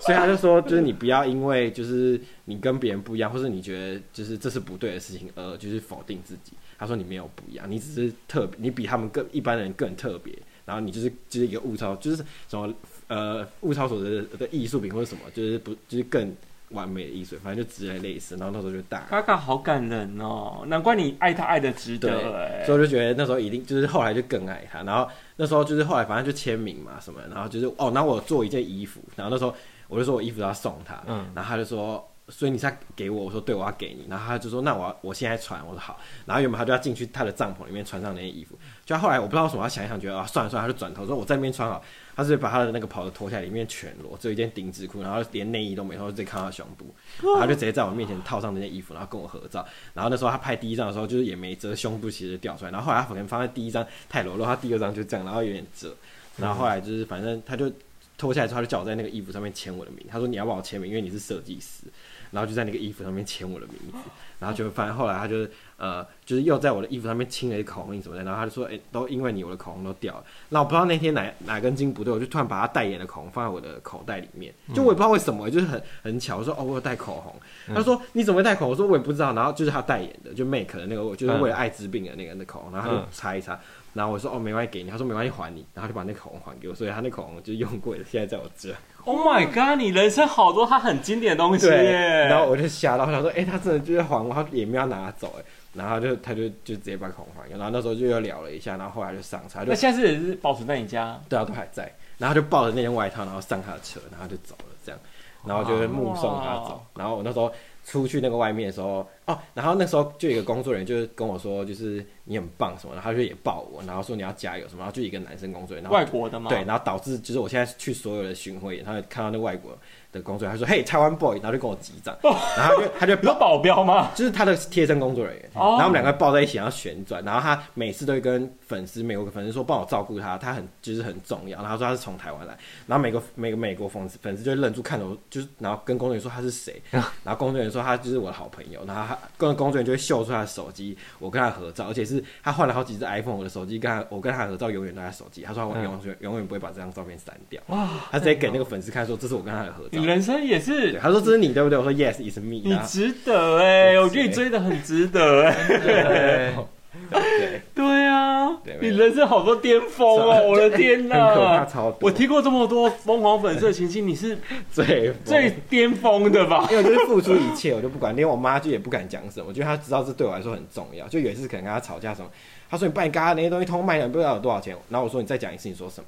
所以他就说，就是你不要因为就是你跟别人不一样，或是你觉得就是这是不对的事情，而就是否定自己。他说你没有不一样，你只是特别，你比他们更一般人更特别，然后你就是就是一个物超，就是什么呃物超所值的艺术品或者什么，就是不就是更完美的艺术，反正就之类类似。然后那时候就大嘎嘎好感人哦，难怪你爱他爱的值对得哎，所以我就觉得那时候一定就是后来就更爱他，然后那时候就是后来反正就签名嘛什么，然后就是哦，然后我有做一件衣服，然后那时候我就说我衣服要送他，嗯然后他就说。所以你是要给我，我说对，我要给你。然后他就说那我要我现在穿，我说好。然后原本他就要进去他的帐篷里面穿上那件衣服，就他后来我不知道为什么，他想一想觉得啊算了算了，他就转头说我在那边穿好。他是把他的那个袍子脱下来，里面全裸，只有一件丁字裤，然后连内衣都没脱，就直接看到他胸部，然后他就直接在我面前套上那件衣服，然后跟我合照。然后那时候他拍第一张的时候，就是也没遮，胸部其实掉出来。然后后来他可能发现第一张太裸露，他第二张就这样，然后有点遮。然后后来就是反正他就脱下来之后，他就叫我在那个衣服上面签我的名，他说你要帮我签名，因为你是设计师。然后就在那个衣服上面签我的名字，然后就反正后来他就是呃，就是又在我的衣服上面亲了一口红印什么的，然后他就说，哎、都因为你我的口红都掉了。那我不知道那天哪哪根筋不对，我就突然把他代言的口红放在我的口袋里面，就我也不知道为什么，就是很很巧，我说哦，我有带口红。他说你怎么会带口红？我说我也不知道。然后就是他代言的，就 Make 的那个，我就是为了爱滋病的那个那口红，然后他就嗯擦一擦。然后我说哦，没关系，给你。他说没关系，还你。然后就把那口红还给我，所以他那口红就是用过的，现在在我这。 Oh my god！你人生好多他很经典的东西对， [LAUGHS] 耶。然后我就吓到，我想说，哎、他真的就是还我，他也没有拿走，哎，然后他就他就就直接把口红还给我，然后那时候就又聊了一下，然后后来就上车，他就那现在是也是保存在你家，对啊都还在，然后他就抱着那件外套，然后上他的车，然后就走了，这样，然后就目送他走，然后我那时候出去那个外面的时候，哦，然后那时候就有一个工作人员就是跟我说，就是你很棒什么的，然后他就也抱我，然后说你要加油什么，然后就一个男生工作人员，然后外国的吗？对，，然后导致就是我现在去所有的巡回演唱会，看到那外国的工作人员，他说嘿台湾 boy，然后就跟我击掌，然后他就他就你说保镖吗？就是他的贴身工作人员，哦然后我们两个抱在一起，然后旋转，然后他每次都会跟粉丝美国粉丝说帮我照顾他，他很就是很重要，然后他说他是从台湾来，然后每个每个美国粉丝粉丝就会愣住看着我，就是然后跟工作人员说他是谁，然后工作人员说他就是我的好朋友，然后他跟工作人员就会秀出他的手机，我跟他合照，而且是他换了好几只 iPhone，我的手机跟他我跟他合照啊永远都在他手机，他说我永远永远不会把这张照片删掉，哇，他直接给那个粉丝看说这是我跟他的合照，你人生也对，啊是他说这是你对不对？我说 Yes, it's 你 me 啊。值得哎、对我觉得你追的很值得哎、 [LAUGHS] 对，对，对啊对，没你有人生好多巅峰哦！我的天很可怕哪，超多我听过这么多疯狂粉丝的情境，你是最最巅峰的吧？ [LAUGHS] 因为我就是付出一切，我就不管，连我妈就也不敢讲什么，我觉得她知道这对我来说很重要。就有一次可能跟她吵架什么，她说你把你刚刚那些东西通卖了，你不知道有多少钱。然后我说你再讲一次，你说什么？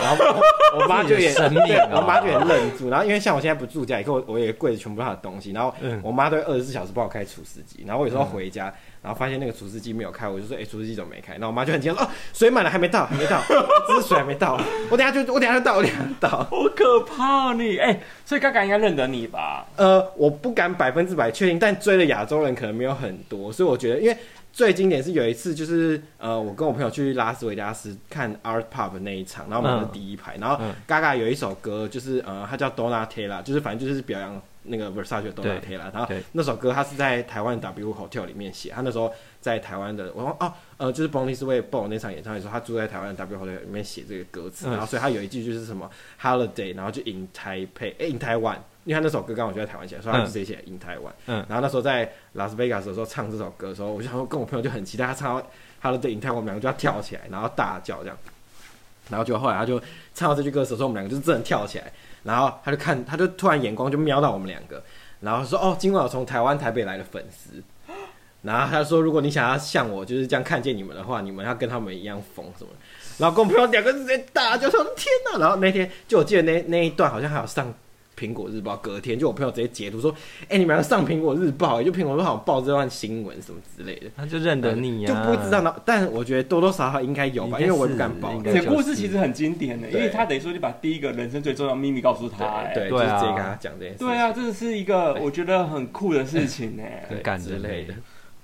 然后我我妈就也自己的生命啊对我妈就也愣住。然后因为像我现在不住家，以后我也柜子全部都是她的东西。然后我妈都会二十四小时帮我开除湿机。然后我有时候回家，然后发现那个除湿机没有开，我就说：“哎、除湿机怎么没开？”然后我妈就很惊讶说：“哦，水满了还没到，还没到，这是水还没到，我等一下就我等一下就到，我等一下就到。”好可怕哦你哎、所以嘎嘎应该认得你吧？呃，我不敢百分之百确定，但追的亚洲人可能没有很多，所以我觉得，因为最经典是有一次，就是呃，我跟我朋友去拉斯维加斯看 Art Pub 那一场，然后我们嗯是第一排，然后嗯 Gaga 有一首歌，就是呃，它叫 Donatella，就是反正就是表扬那个 Versace 的对 Donatella，然后对那首歌他是在台湾 W Hotel 里面写，他那时候在台湾的，我说哦，呃，就是 Bonnie s w a y b o 那场演唱会的时候，他住在台湾的 W Hotel 里面写这个歌词，嗯然后所以他有一句就是什么 Holiday，然后就 In Taipei，哎、i n Taiwan，因为他那首歌刚好就在台湾写，所以他就直接写 In Taiwan，嗯然后那时候在拉斯维加斯的时候唱这首歌的时候，我就想说跟我朋友就很期待他唱到 Holiday In Taiwan，我们两个就要跳起来，然后大叫这样。然后就后来他就唱到这句歌的时候，我们两个就真的跳起来，然后他就看，他就突然眼光就瞄到我们两个，然后说：“哦，今晚有从台湾台北来的粉丝。” [GASPS] 然后他说：“如果你想要像我就是这样看见你们的话，你们要跟他们一样疯什么的。”然后跟我朋友两个直接大叫说：“天哪！”然后那天就我记得那那一段好像还有上苹果日报，隔天就我朋友直接截图说：“哎、你们要上苹果日报、就苹果日报好像报这段新闻什么之类的。”他就认得你呀、就不知道呢，但我觉得多多少少应该有吧，因应该为我也是不敢报应。该你的故事其实很经典的、对因为他等于说你把第一个人生最重要的秘密告诉他、哎，对，对就是啊直接跟他讲这件事。对啊，，这是一个我觉得很酷的事情呢、哎对很感之人类欸的。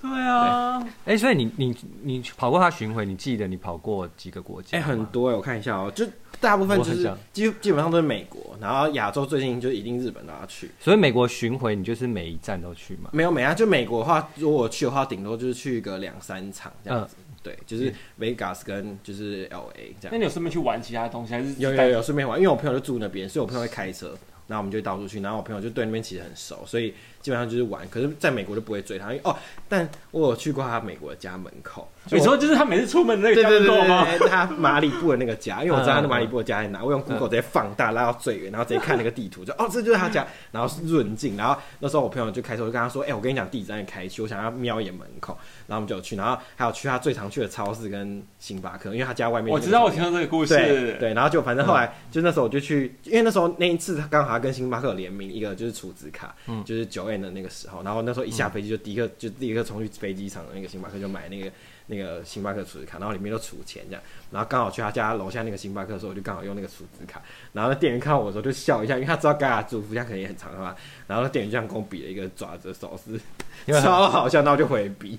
对啊，哎、所以你你你跑过他巡回，你记得你跑过几个国家哎、吗？很多哎、我看一下哦、就大部分就我很是想基基本上都是美国，然后亚洲最近就一定日本都要去。所以美国巡回，你就是每一站都去嘛？没有美啊，就美国的话，如果我去的话，顶多就是去个两三场这样子。嗯对，就是 Vegas 跟就是 LA 这那样。你有顺便去玩其他东西还是？嗯有有有，顺便玩，因为我朋友就住那边，所以我朋友会开车，然后我们就到处去，然后我朋友就对那边其实很熟，所以基本上就是玩。可是在美国就不会追他，因为哦，但我有去过他美国的家门口。你说就是他每次出门的那对个对对动作吗？嗯对对，他马里布的那个家，因为我知道他的马里布的家在哪，我用 Google 直接放大拉到最远，然后直接看那个地图，就哦，这就是他家，然后是润境，然后那时候我朋友就开车，我就跟他说，哎、我跟你讲地址在哪里开去，我想要瞄一眼门口，然后我们就有去，然后还有去他最常去的超市跟星巴克，因为他家外面我知道我听到这个故对事，嗯对，然后就反正后来、就那时候我就去，因为那时候那一次他刚好他跟星巴克有联名一个就是储值卡，嗯就是九 N 的那个时候，然后那时候一下飞机就第一个、就第一个冲去飞机场的那个星巴克就买那个那个星巴克储值卡，然后里面都储钱这样，然后刚好去他家楼下那个星巴克的时候，我就刚好用那个储值卡，然后那店员看到我的时候就笑一下，因为他知道盖亚祝福，他可能也很常嘛，然后那店员就这样跟我比了一个爪子的手势，超好笑，然后我就回避，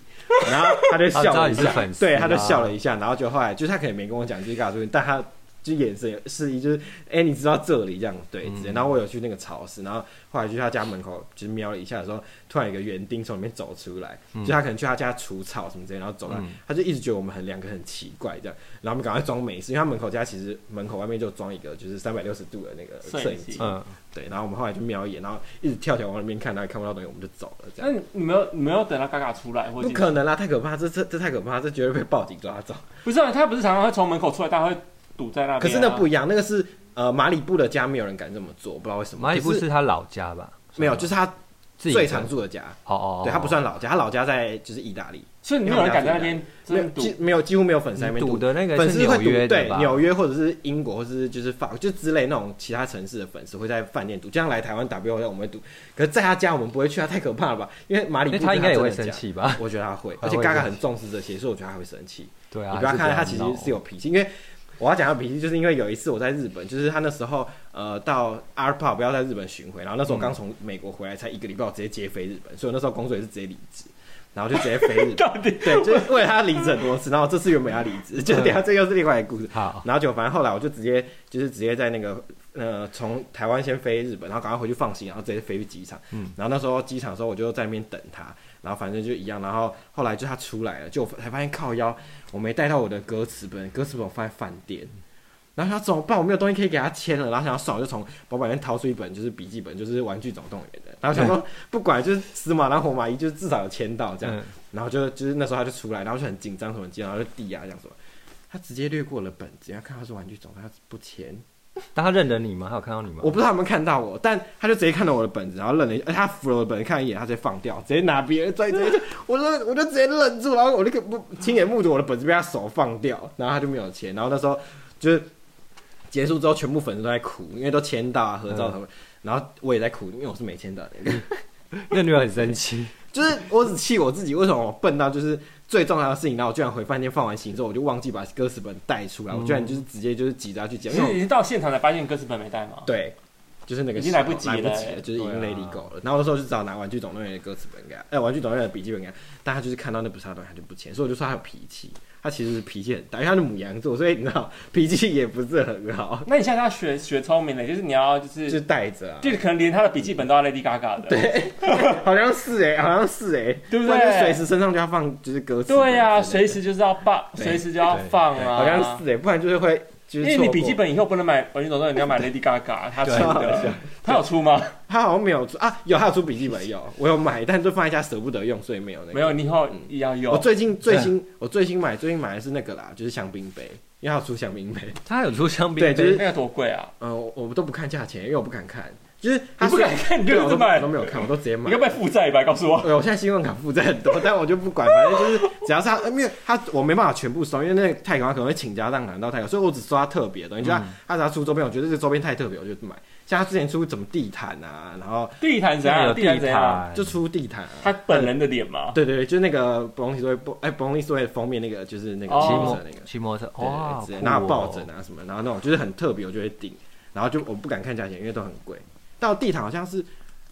然后他就笑了一 [LAUGHS] 啊他知道你是下粉，丝对，他就啦笑了一下，然后就后来就是他可能没跟我讲就是尬住，但他就眼神有示意，就是哎、你知道这里这样对，嗯之类然后我有去那个超市，然后后来去他家门口就是瞄了一下的时候，突然有一个园丁从里面走出来，嗯就他可能去他家除草什么之类，然后走来，他就一直觉得我们很两个很奇怪这样，然后我们赶快装没事，因为他门口家其实门口外面就装一个就是三百六十度的那个摄摄影影机机，嗯，对，然后我们后来就瞄一眼，然后一直跳起来往里面看，然后也看不到东西，我们就走了这那样。你没有你没有等到嘎嘎出来，或者不可能啦，太可怕！这这这太可怕，这绝对被报警抓走。不是啊，他不是常常会从门口出来，大家会堵在那边啊。可是那不一样，那个是呃马里布的家，没有人敢这么做，不知道为什么。马里布可是他老家吧？没有，就是他自己的最常住的家。哦哦，哦对他不算老家，他老家在就是意大利，所以你没有人敢在那边没有真的几堵。没有几乎没有粉丝在那边你赌的那个粉是丝会纽约赌的对吧纽约或者是英国或者是就是法就之类那种其他城市的粉丝会在饭店赌，就像来台湾 W 我们会赌，可是在他家我们不会去，他啊太可怕了吧？因为马里因布是为他应该也真会的生家。气 [LAUGHS] 吧？我觉得他会，他而会且嘎嘎生很重视这些，所以我觉得他会生气。对啊，你不要还是看他，样其实闹是有脾气，因为我要讲他脾气，就是因为有一次我在日本，就是他那时候呃到阿尔帕不要在日本巡回，然后那时候嗯我刚从美国回来才一个礼拜，我直接接飞日本，所以我那时候工作也是直接离职，然后就直接飞 [LAUGHS] 日本。 [LAUGHS] 到底 [LAUGHS] 对，就是为了他离职很多次，然后这次原本要离职，就等一下这又是另外一个故事。嗯好，然后就反正后来我就直接就是直接在那个呃从台湾先飞日本，然后赶快回去放行，然后直接飞去机场。嗯然后那时候机场的时候我就在那边等他，然后反正就一样。然后后来就他出来了，就我才发现靠腰我没带到我的歌词本，歌词本我放在饭店。然后他怎么办？我没有东西可以给他签了。然后想要算，我就从包包里面掏出一本就是笔记本，就是《玩具总动员》的。然后想说不管，就是死马当活马医，就是至少有签到这样。嗯然后就就是那时候他就出来，然后就很紧张什么紧张，然后就递啊这样说。他直接略过了本子，然后看他是玩具总，他不签。但他认得你吗？他有看到你吗？我不知道他有没有看到我，但他就直接看到我的本子，然后愣了一，而且他扶了我的本子看一眼，他直接放掉，直接拿别人拽直接，我就我就直接愣住，然后我就不亲眼目睹我的本子被他手放掉，然后他就没有签，然后那时候就是结束之后，全部粉丝都在哭，因为都签到啊，合照什么，然后我也在哭，因为我是没签到的那个。那女友很生气，就是我只气我自己，为什么我笨到就是最重要的事情，然后我居然回饭店放完行之后，我就忘记把歌词本带出来，我居然就是直接就是急着要去讲，因嗯为是我已经到现场才发现歌词本没带吗？对，就是那个已经时候来不及来了不及了，就是已经对啊 Lady Go 了。然后那时候就只好拿《玩具总动员》的歌词本给他，呃，《玩具总动员》的笔记本给他，但他就是看到那不是他的东西，他就不签，所以我就说他有脾气。他其实是脾气很大，因为他是母羊座，所以你知道脾气也不是很好，那你现在要学学聪明了，就是你要就是就带着啊，就是可能连他的笔记本都要 Lady Gaga 的，对好像是哎、好像是哎、对不然就随对？时身上就要放就是歌词本之对类的，呀、随时就是要放，对随时就要放啊，好像是哎、不然就是会就因是为错你过笔记本以后不能买《玩具总动员》，你要买 Lady Gaga，他出的，他有出吗？他好像没有出啊，有他有出笔记本有，我有买，但就放在家舍不得用，所以没有那个。没有，你以后也要我有。最近最新我最新买最近买的是那个啦，就是香槟杯，因为他有出香槟杯。 [LAUGHS] 他有出香槟对杯，就是那个多贵啊！嗯、我我都不看价钱，因为我不敢看，就是你他不说敢看，你就对，一我直都买我都，没有看，我都直接买你要。不要负债吧？告诉我，对，我现在信用卡负债很多，但我就不管，反正就是只要是他，呃没有他，我没办法全部收，因为那个泰国他可能会倾家荡产到泰国，所以我只收他特别的东西。就他嗯他只要出周边，我觉得这周边太特别，我就买。像他之前出什么地毯啊，然后地毯怎那样？有地毯怎样？毯，就出地毯、啊，他本人的脸吗？对对对，就是那个 b o n l y 所谓哎 b o n l y 所谓封面那个，就是那个哦骑骑摩托摩车那个，骑摩托车，哇对对，对，酷然后哦抱枕啊什么，然后那种就是很特别，我就会订，然后就我不敢看价钱，因为都很贵。到地毯好像是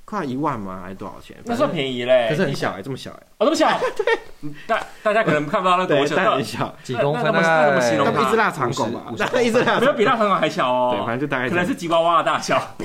快一万吗？还是多少钱？那算宜，便宜嘞，可是很小哎，这么小哎，哦，这么小，对，大大家可能看不到那多对，小，但很但小，几公分那那大那那么形概容那它不一只腊肠狗吧？那一只腊没有肠，比大肠狗还小对，反哦，正就大可概这能样是，吉娃娃的大小。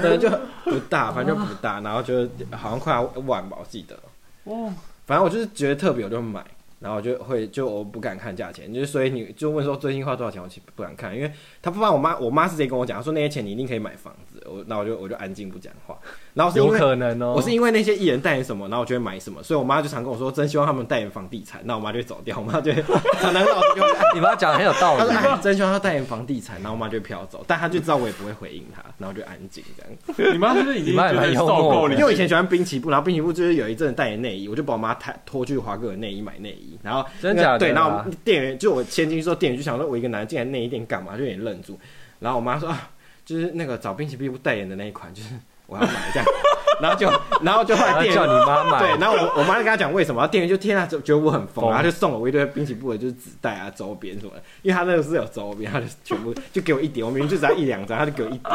对，就不大，反正就不大，然后就好像快要万吧，我记得。哦，反正我就是觉得特别，我就买，然后我就会就我不敢看价钱，就是所以你就问说最近花多少钱，我其实不敢看，因为他不然我妈我妈是直接跟我讲，她说那些钱你一定可以买房子，我那我就我就安静不讲话，然后是因有为。可能哦，我是因为那些艺人代言什么，然后我就会买什么，所以我妈就常跟我说，真希望他们代言房地产，那我妈就会走掉，我妈就会常常老跟我讲，你把它讲得很有道她说理，哦哎，真希望他代言房地产，然后我妈就会飘走，但她就知道我也不会回应她，然后就安静这 [LAUGHS] 样。你妈是不是已经哦你妈也觉蛮得受幽默够的了？因为我以前喜欢滨崎步，然后滨崎步就是有一阵代言内衣，我就把我妈抬拖去华哥的内衣买内衣，然后真假的啊对，然后我们店员就我先进去之后，店员就想说我一个男的进来内衣店干嘛，就有点愣住，然后我妈说啊，就是那个找滨崎步代言的那一款，就是我要买这样， [LAUGHS] 然后就然后就后然来后店叫员你。妈买，对，然后我我妈就跟他讲为什么，然后店员就天啊，就觉得我很疯，疯然后就送了我一堆滨崎步的就是纸袋啊、周边什么的，因为他那个是有周边，他就全部就给我一叠，我明明就只要一两张，他就给我一 [LAUGHS] 叠，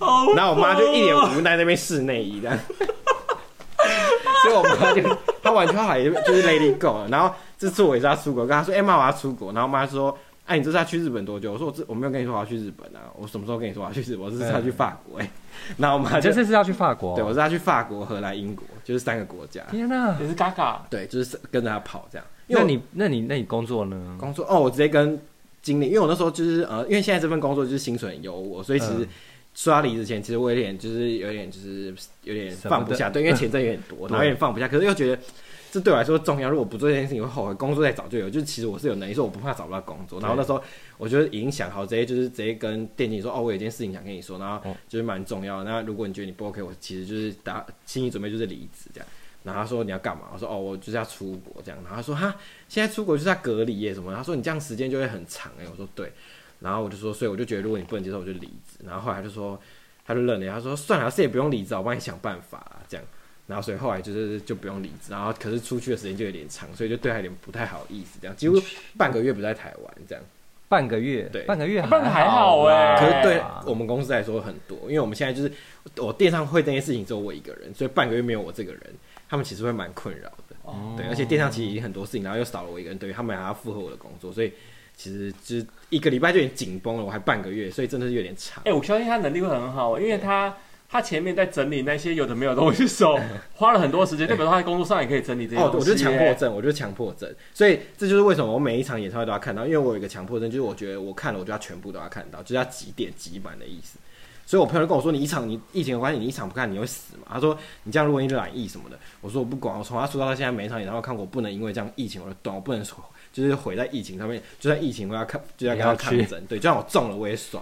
哦然后我妈就一脸无奈在那边试内衣的，所以我妈就她完全后来就是 Lady Go 了。然后这次我也是要出国，跟她说：“哎、妈，我要出国。”然后我妈说：“哎、你这次要去日本多久？”我说：“我这我没有跟你说我要去日本啊，我什么时候跟你说我要去日本？我这次是要去法国、哎，然后我妈你就这次是要去法国，哦对我是要去法国、荷兰、英国，就是三个国家。天哪，也是 Gaga，对，就是跟着她跑这样。因为那我你那你那你工作呢？工作哦，我直接跟经理，因为我那时候就是呃，因为现在这份工作就是薪水很优渥，所以其实嗯说要离职前，其实我有点就是有点就是有点舍不得嗯放不下，对，因为钱真的有点多，对然后有点放不下，可是又觉得。这对我来说重要，如果不做这件事情，我会后悔。工作再找就有，就是其实我是有能力，说我不怕找不到工作。然后那时候我就已经想好，直接就是直接跟店经理说，哦，我有一件事情想跟你说，然后哦就是蛮重要的。那如果你觉得你不 OK，我其实就是打心理准备就是离职这样。然后他说你要干嘛？我说哦，我就是要出国这样。然后他说哈，现在出国就是要隔离耶什么的？他说你这样时间就会很长哎、我说对。然后我就说，所以我就觉得如果你不能接受，我就离职。然后后来他就说，他就愣了一下，他说算了，这也不用离职，我帮你想办法啊这样。然后所以后来就是就不用离职，然后可是出去的时间就有点长，所以就对他有点不太好意思，这样几乎半个月不在台湾这样。半个月，对半个月，半个还好哎，欸可是对啊我们公司来说很多，因为我们现在就是我店上会那些事情只有我一个人，所以半个月没有我这个人，他们其实会蛮困扰的。对，而且店上其实已经很多事情，然后又少了我一个人，对于他们还要负荷我的工作，所以其实就是一个礼拜就已经紧绷了，我还半个月，所以真的是有点长哎、。我相信他能力会很好，因为他他前面在整理那些有的没有的东西的时候，花了很多时间，代表说他在工作上也可以整理这些哦，东我西耶。就是强迫症，我就是强迫症，所以这就是为什么我每一场演唱会都要看到，因为我有一个强迫症，就是我觉得我看了，我就要全部都要看到，就是要几点挤满的意思。所以我朋友就跟我说，你一场你疫情的关系，你一场不看你会死嘛？他说你这样如果你染疫什么的，我说我不管，我从他出道到现在每一场演唱会看过，我不能因为这样疫情我就断，我不能说就是毁在疫情上面，就算疫情我要看就要跟他抗你要争，对，就算我中了我也爽，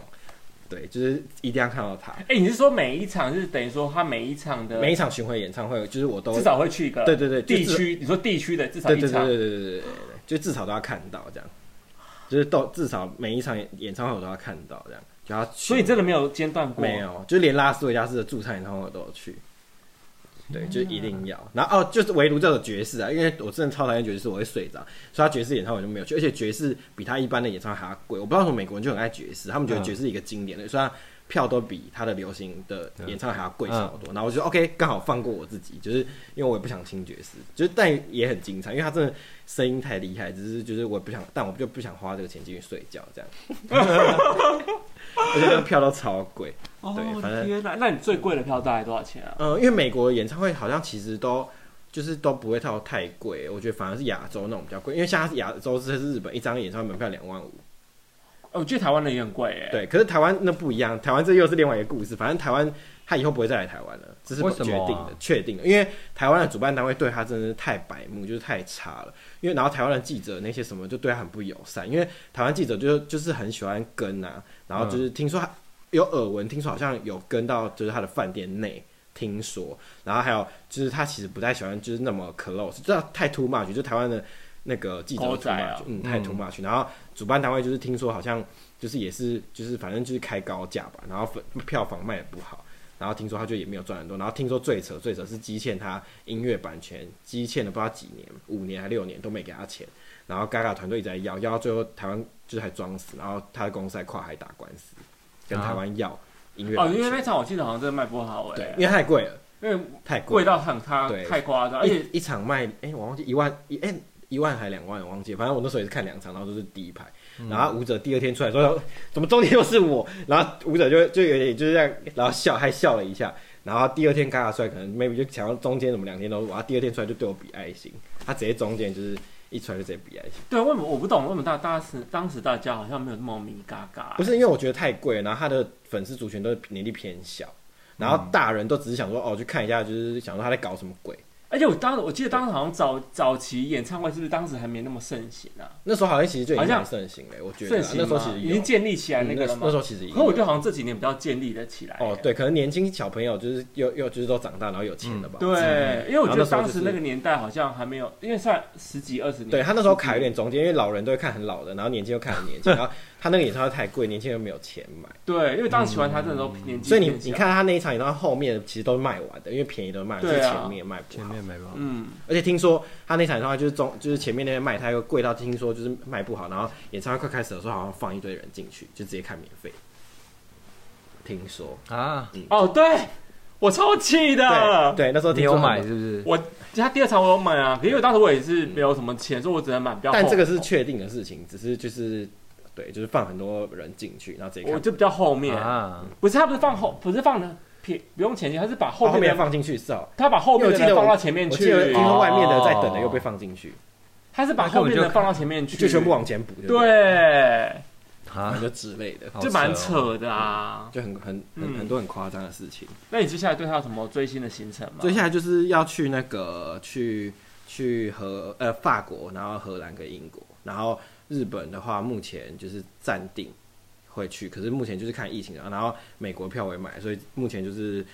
对，就是一定要看到他。哎、你是说每一场就是等于说他每一场的每一场巡回演唱会，就是我都呃至少会去一个对对对就地至少区，你说地区的至少对一对对场对对对对对，对就至少都要看到这样，就是都至少每一场演唱会我都要看到这样，就要去所以真的没有间断过。没有，就连拉斯维加斯的驻唱演唱会我都有去。对，就一定要。然后哦，就是唯独这首爵士啊，因为我真的超讨厌爵士，我会睡着，所以他爵士演唱会我就没有去。而且爵士比他一般的演唱会还要贵，我不知道为什么美国人就很爱爵士，他们觉得嗯爵士是一个经典的，所以他票都比他的流行的演唱会还要贵嗯超多。然后我就说 OK，刚好放过我自己，就是因为我也不想听爵士，就是但也很精彩，因为他真的声音太厉害，只是就是我也不想，但我就不想花这个钱进去睡觉这样。 [LAUGHS] 而且那个票都超贵，对反正哦天哪！那你最贵的票大概多少钱啊？呃，因为美国的演唱会好像其实都就是都不会到太贵，我觉得反而是亚洲那种比较贵，因为像它是亚洲是日本一张演唱会门票两万五，哦，我觉得台湾的也很贵哎。，对，可是台湾那不一样，台湾这又是另外一个故事，反正台湾他以后不会再来台湾了，这是为决什定么啊的、确定的，因为台湾的主办单位对他真的是太白目，就是太差了，因为然后台湾的记者那些什么就对他很不友善，因为台湾记者就就是很喜欢跟啊，然后就是听说他有耳闻，听说好像有跟到就是他的饭店内。听说，然后还有就是他其实不太喜欢就是那么 close，这太 too much，就是台湾的那个记者狗 too 仔哦 much，、啊嗯，太 too much、然后主办单位就是听说好像就是也是就是反正就是开高价吧，然后粉票房卖的不好，然后听说他就也没有赚很多，然后听说最扯最扯是积欠他音乐版权，积欠了不知道几年，五年还六年都没给他钱，然后 Gaga 团队一直在要，要到最后台湾就是还装死，然后他的公司还跨海打官司，跟台湾要音乐啊哦，版因为权、那场我记得好像真的卖不好哎。对，因为太贵了，因为太贵贵了，到很他对太夸张，而且一一场卖，哎、我忘记一万一，哎、一万还两万，我忘记了，反正我那时候也是看两场，然后都是第一排，嗯然后舞者第二天出来说，怎么中间又是我，然后舞者就就有点就是这样，然后笑还笑了一下，然后第二天嘎嘎出来，可能 maybe 就想要中间怎么两天都是我，他第二天出来就对我比爱心，他直接中间就是一出来就直接比爱心，对，为什么我不懂？为什么大大时当时大家好像没有那么迷嘎嘎？不是因为我觉得太贵，然后他的粉丝族群都是年纪偏小，然嗯后大人都只是想说哦去看一下，就是想说他在搞什么鬼，而且我当时我记得当时好像早早期演唱会是不是当时还没那么盛行啊？那时候好像其实就已经好像蛮盛行了，我觉得盛啊行那时候吗其实已有经建立起来嗯那个了吗？那时候其实已经可我觉有得好哎像这几年比较建立的起来。哦，对，可能年轻小朋友就是又又就是都长大，然后有钱了吧？嗯对，因为我觉得然后那时候当就时是那个年代好像还没有，因为算十几二十年。嗯对他那时候卡有点中间，因为老人都会看很老的，然后年轻又看很年 [LAUGHS] 轻，然后他那个演唱会太贵，年轻人没有钱买，对，因为当时喜欢他真的都年纪嗯所以你偏小你，看他那一场演唱会后面其实都卖完的，因为便宜都卖，对啊是前面卖不前好。面没办法，嗯，而且听说他那场演唱会就是中就是前面那边卖，他又贵到听说就是卖不好，然后演唱会快开始的时候好像放一堆人进去，就直接看免费。听说，啊，哦，对我超气的。对对，那时候你听说有很买多是不是？我他第二场我有买啊，可是因为当时我也是没有什么钱，所以我只能买比较哦后。但这个是确定的事情，只是就是对，就是放很多人进去，然后直接我看。就比较后面，啊，不是他不是放后，不是放的撇，不用前进，他是把后后面的面放进去是哦，他把后面因为我的记得人我放到前面我记得去听，说哦外面的在等的又被放进去，他是把后面那的根本就放到前面去，就全部往前补，不，对，然啊后，就之类的，好就蛮哦。扯的啊。就很很很嗯很多很夸张的事情。那你接下来对他有什么最新的行程吗？接下来就是要去那个去去荷呃法国，然后荷兰跟英国，然后日本的话目前就是暂定会去，可是目前就是看疫情啊，然后美国票我也买，所以目前就是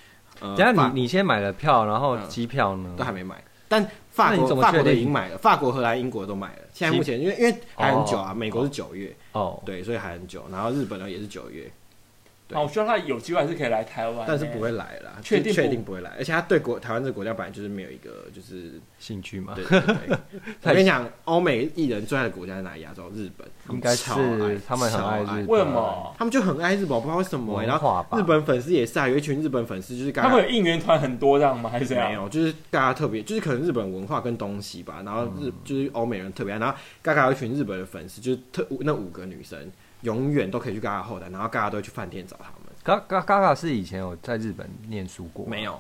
呃，等一下法你你先买了票，然后嗯机票呢？都还没买。但法那国你怎么法确定国都已经买了，法国、荷兰、英国都买了。现在目前因为因为还很久啊，哦美国是九月，哦，对，所以还很久。然后日本呢也是九月，对啊，我希望他有机会还是可以来台湾，欸但哎是不会。来了啦，确定就不确定不会来。而且他对国台湾这个国家本来就是没有一个 [LAUGHS] 就是兴趣嘛对，对对。我跟你讲，欧美艺人最爱的国家在哪里？亚洲，日本，他们应该超爱是他们很超爱日本为什么？他们就很爱日本，我不知道为什么欸、文然后化吧日本粉丝也是啊，有一群日本粉丝就是刚他刚会有应援团很多这样吗？还是这没样？有，就是大家特别，就是可能日本文化跟东西吧，然后日、嗯就是欧美人特别爱，然后嘎嘎有一群日本的粉丝，就是特那五个女生永远都可以去嘎嘎后台，然后嘎嘎都会去饭店找他们，嘎嘎嘎嘎是以前有在日本念书过，没？有，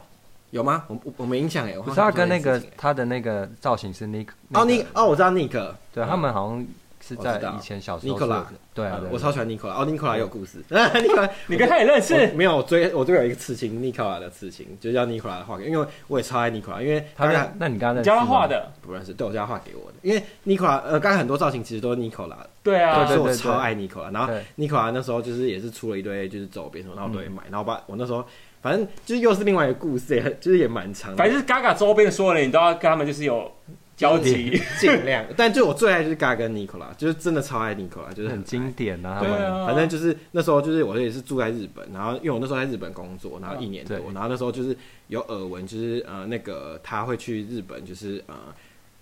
有吗？我我我没印象哎，我不好是他像跟那做个这件事情他的那个造型是 Nick 哦那尼个哦，我知道 Nick，嗯对他们好像是我在知道以前小时候是 Nicola 对啊，对我对超喜欢 Nicola，哦 Nicola 也有故事 [LAUGHS] ，Nicola 你跟他也认我啊识？没有，我追我这边有一个刺青，Nicola 的刺青，就是叫 Nicola 的画给，因为我也超爱 Nicola，因为他刚那才那你刚刚你教他画，的，不认识，对我叫他画给我的，因为 Nicola 呃，刚才很多造型其实都是 Nicola 的，对啊，所以我对对超爱 Nicola，然后对 Nicola 那时候就是也是出了一堆就是周边什么，然后嗯我都会买，然后把我那时候反正就是又是另外一个故事，也就是也蛮长的，反正就是 Gaga 周边的所有人，你都要跟他们就是有交集。尽量，但就我最爱就是 Gaga 跟 Nicola，就是真的超爱 Nicola，就是很很经典啊，嗯他对们啊，反正就是那时候，就是我也是住在日本，然后因为我那时候在日本工作，然后一嗯年多对，然后那时候就是有耳闻，就是呃那个他会去日本，就是呃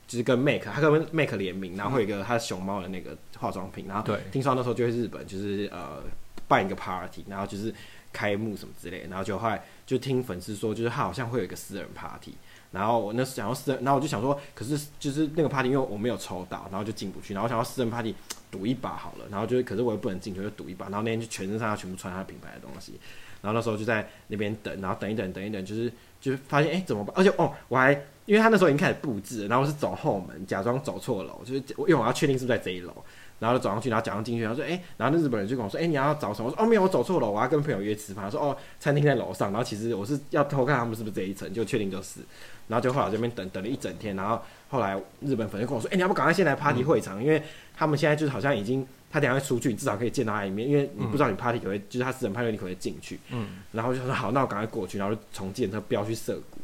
就是跟 Make 他跟 Make 联名，然后会有一个他熊猫的那个化妆品，然后对听说那时候就会日本就是呃办一个 party，然后就是开幕什么之类的，然后就后来就听粉丝说，就是他好像会有一个私人 party。然后我那时想要私人，然后我就想说，可是就是那个 party，因为我没有抽到，然后就进不去。然后我想要私人 party 赌一把好了，然后就是可是我又不能进去，我就赌一把。然后那天就全身上下全部穿他品牌的东西，然后那时候就在那边等，然后等一等，等一等，就是就是发现哎、诶怎么办？而且哦我还因为他那时候已经开始布置了，然后我是走后门，假装走错楼，就是我因为我要确定是不是在这一楼。然后就走上去，然后假装进去，然后说：“哎、然后那日本人就跟我说：‘哎、你要找什么？’我说：‘哦，没有，我走错了，我要跟朋友约吃饭。’他说：‘哦，餐厅在楼上。’然后其实我是要偷看他们是不是这一层，就确定就是。然后就后来我这边等等了一整天，然后后来日本粉就跟我说：‘哎、你要不赶快先来 party 会场，因为他们现在就是好像已经他等一下会出去，你至少可以见到他一面，因为你不知道你 party 可不会，就是他私人 party 你可不可以进去。’嗯，然后就说好，那我赶快过去，然后就从计程车飙去涩谷，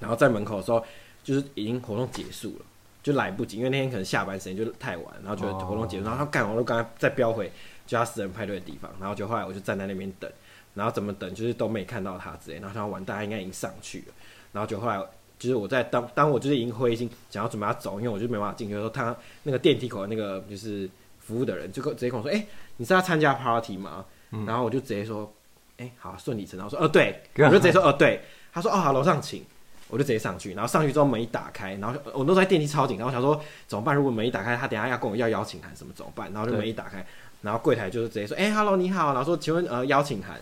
然后在门口的时候，就是已经活动结束了，就来不及，因为那天可能下班时间就太晚，然后觉得活动结束，然后他干完就刚才再飙回就他私人派对的地方，然后就后来我就站在那边等，然后怎么等就是都没看到他之类，然后想完蛋，他应该已经上去了，然后就后来。就是我在当当我就是已经灰心，想要准备要走，因为我就没办法进去的时候，他那个电梯口的那个就是服务的人就跟直接跟我说：“哎、你是要参加 party 吗？”嗯然后我就直接说：“哎、好，顺理成章。我说，哦，对，我就直接说，哦，对。他说，哦，好，楼上请。我就直接上去，然后上去之后门一打开，然后就呃我那时候在电梯超紧张，我想说怎么办？如果门一打开，他等一下要跟我要邀请函什么怎么办？然后就对门一打开，然后柜台就是直接说，哎、h e l l o 你好，然后说请问呃邀请函，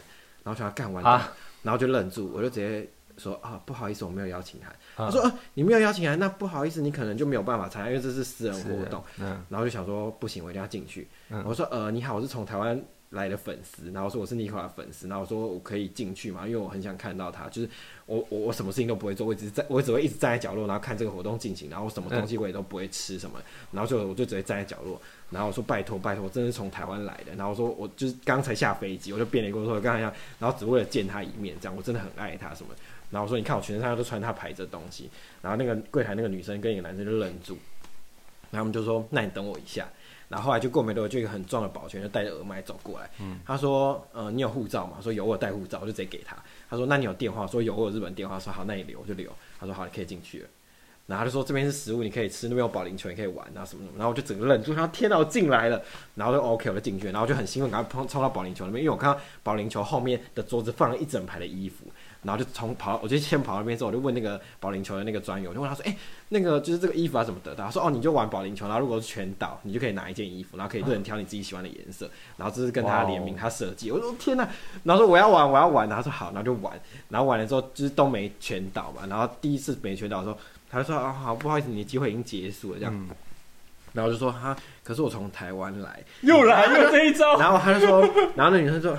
然后想要干完蛋，啊然后就愣住，我就直接说啊不好意思，我没有邀请函。他啊说、呃、你没有邀请函，那不好意思，你可能就没有办法参加，因为这是私人活动。，嗯，然后就想说不行，我一定要进去。嗯我说呃，你好，我是从台湾来的粉丝，然后我说我是 n i c o 的粉丝，然后我说我可以进去嘛，因为我很想看到他，就是我我我什么事情都不会做，我只是在我只会一直站在角落，然后看这个活动进行，然后什么东西我也都不会吃什么，然后就我就直接站在角落，然后我说拜托拜托，我真的是从台湾来的，然后我说我就是刚才下飞机，我就变脸跟我说我刚才要，然后只为了见他一面，这样我真的很爱他什么的，然后我说你看我全身上下都穿他牌子的东西，然后那个柜台那个女生跟一个男生就愣住，然后他们就说：“那你等我一下。”然后后来就过没多久，就一个很壮的保全就戴着耳麦走过来。他说：“呃，你有护照吗？”我说：“有，我有带护照。”我就直接给他。他说：“那你有电话？”我说：“有，我有日本电话。”说：“好，那你留，我就留。”他说：“好，你可以进去了。”然后他就说：“这边是食物，你可以吃；那边有保龄球，你可以玩啊，什么什么。”然后我就整个愣住，然后天哪，我进来了！然后就 OK，我就进去了，然后就很兴奋，赶快冲冲到保龄球那边，因为我看到保龄球后面的桌子放了一整排的衣服，然后就从跑，我就先跑到那边之后，我就问那个保龄球的那个专员，我就问他说：“哎、那个就是这个衣服要怎么得到？”他说：“哦，你就玩保龄球，然后如果是全倒，你就可以拿一件衣服，然后可以任挑你自己喜欢的颜色，然后这是跟他联名，嗯哇哦他设计。”我说：“天哪！”然后说：“我要玩，我要玩。”然后他说：“好，然后就玩。”然后玩了之后就是都没全倒嘛，然后第一次没全倒的时候，他就说：“啊、好，不好意思，你的机会已经结束了。”这样。嗯然后我就说哈，可是我从台湾来， [LAUGHS] [LAUGHS] 又来又这一招，然后他就说，然后那女生说，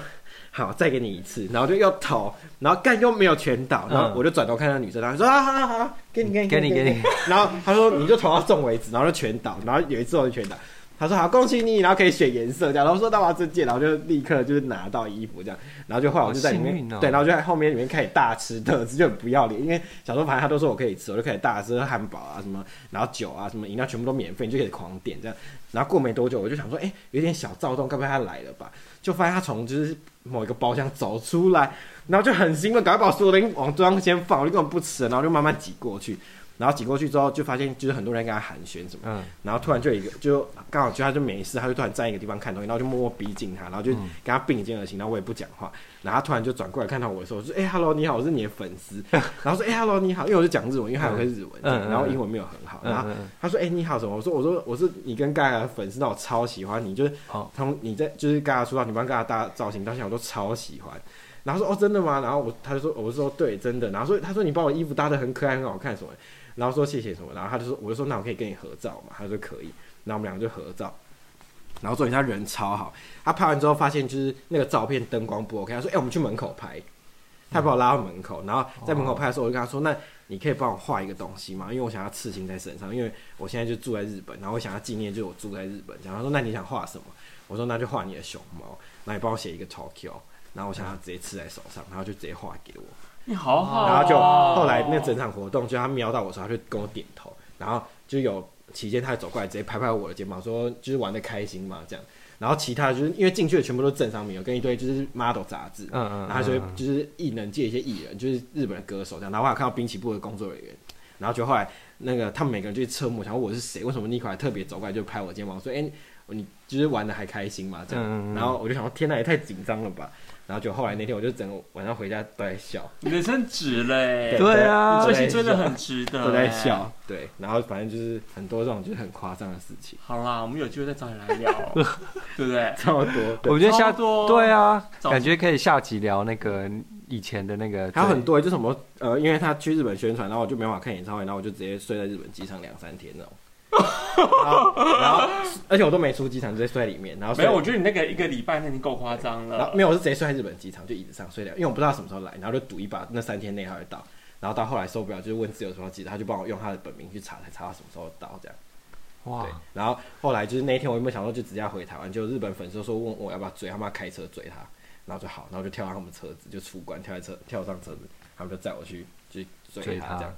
好，再给你一次， [LAUGHS] 然后就又投，然后干又没有全倒，然后我就转头看那女生，然后说啊，好好好，给你给你 [LAUGHS] 嗯给你给你，然后他说你就投到中为止，然后就全倒，然后有一次我就全倒。他说好，恭喜你，然后可以选颜色这样，然后说到我要这件，然后就立刻就是拿到衣服这样，然后就后来我就在里好面幸运，哦对，然后就在后面里面开始大吃特吃，就很不要脸，因为小时候反正他都说我可以吃，我就开始大吃汉堡啊什么，然后酒啊什么饮料全部都免费，你就可以狂点这样。啊然后过没多久，我就想说，哎、有点小躁动，该不会他来了吧？就发现他从就是某一个包厢走出来，然后就很兴奋，赶快把所有东西往桌上先放，我就根本不吃了，然后就慢慢挤过去。然后挤过去之后，就发现就是很多人跟他寒暄什么，嗯，然后突然就有一个，就刚好就他就没事，他就突然站一个地方看东西，然后就默默逼近他，然后就嗯跟他并肩而行，然后我也不讲话，然后他突然就转过来看到我的时候，我就说：“哎、h e l l o 你好，我是你的粉丝。”然后说：“哎、h e l l o 你好，因为我就讲日文，因为他有会日文，这样嗯嗯嗯然后英文没有很好，嗯然后他说：‘哎、你好什么？’我说：‘我说我是你跟盖亚的粉丝，那我超喜欢你，就是好从你在就是盖亚出道，你帮盖亚搭造型到现在，我都超喜欢。’然后说：‘哦，真的吗？’然后我他就说：‘我就说对，真的。’然后说他说你把我衣服搭的很可爱，很好看什么的。”然后说谢谢什么，然后他就说，我就说那我可以跟你合照嘛，他说可以，然后我们两个就合照，然后重点他人超好，他拍完之后发现就是那个照片灯光不 OK，他说哎、我们去门口拍，他把我拉到门口，然后在哦门口拍的时候我就跟他说，那你可以帮我画一个东西吗？因为我想要刺青在身上，因为我现在就住在日本，然后我想要纪念就是我住在日本，然后他说那你想画什么？我说那就画你的熊猫，那你帮我写一个 Tokyo，然后我想要直接刺在手上，然后就直接画给我。你好好哦，然后就后来那整场活动，就他瞄到我的时候，他就跟我点头，然后就有期间他就走过来直接拍拍我的肩膀，说就是玩的开心嘛这样。然后其他就是因为进去的全部都是政商名流，跟一堆就是 model 杂志，嗯嗯嗯然后他就会就是艺能界一些艺人，就是日本的歌手这样。然后我还有看到滨崎步的工作人员，然后就后来那个他们每个人就去侧目，想说我是谁，为什么 n i c o 还特别走过来就拍我肩膀，说哎、你就是玩的还开心嘛这样。嗯嗯嗯然后我就想说天呐也太紧张了吧。然后就后来那天我就整个晚上回家都在笑，你人生值嘞，对啊你对追星追的很值得，欸都在笑。。嗯对，然后反正就是很多这种就是很夸张的事情，好啦，我们有机会再找你来 [LAUGHS] 聊，对不对？这么多。我对，觉得下超多对啊，早感觉可以下集聊那个以前的那个，还有很多就是什么呃，因为他去日本宣传，然后我就没办法看演唱会，然后我就直接睡在日本机场两三天那种。然后，然后而且我都没出机场，直接睡在里面。然后没有，我就觉得你那个一个礼拜那已经够夸张然后了没。有，我是直接睡在日本机场，就椅子上睡了，因为我不知道他什么时候来，然后就赌一把，那三天内他会到。然后到后来受不了，就是问自由什么时候记得，他就帮我用他的本名去查，才查到什么时候到这样。哇对，，然后后来就是那一天，我原本想说就直接要回台湾，就日本粉丝说问我要不要追，他妈开车追他，然后就好，然后就跳上他们车子，就出关跳在车跳上车子，他们就载我去去追追他他这样，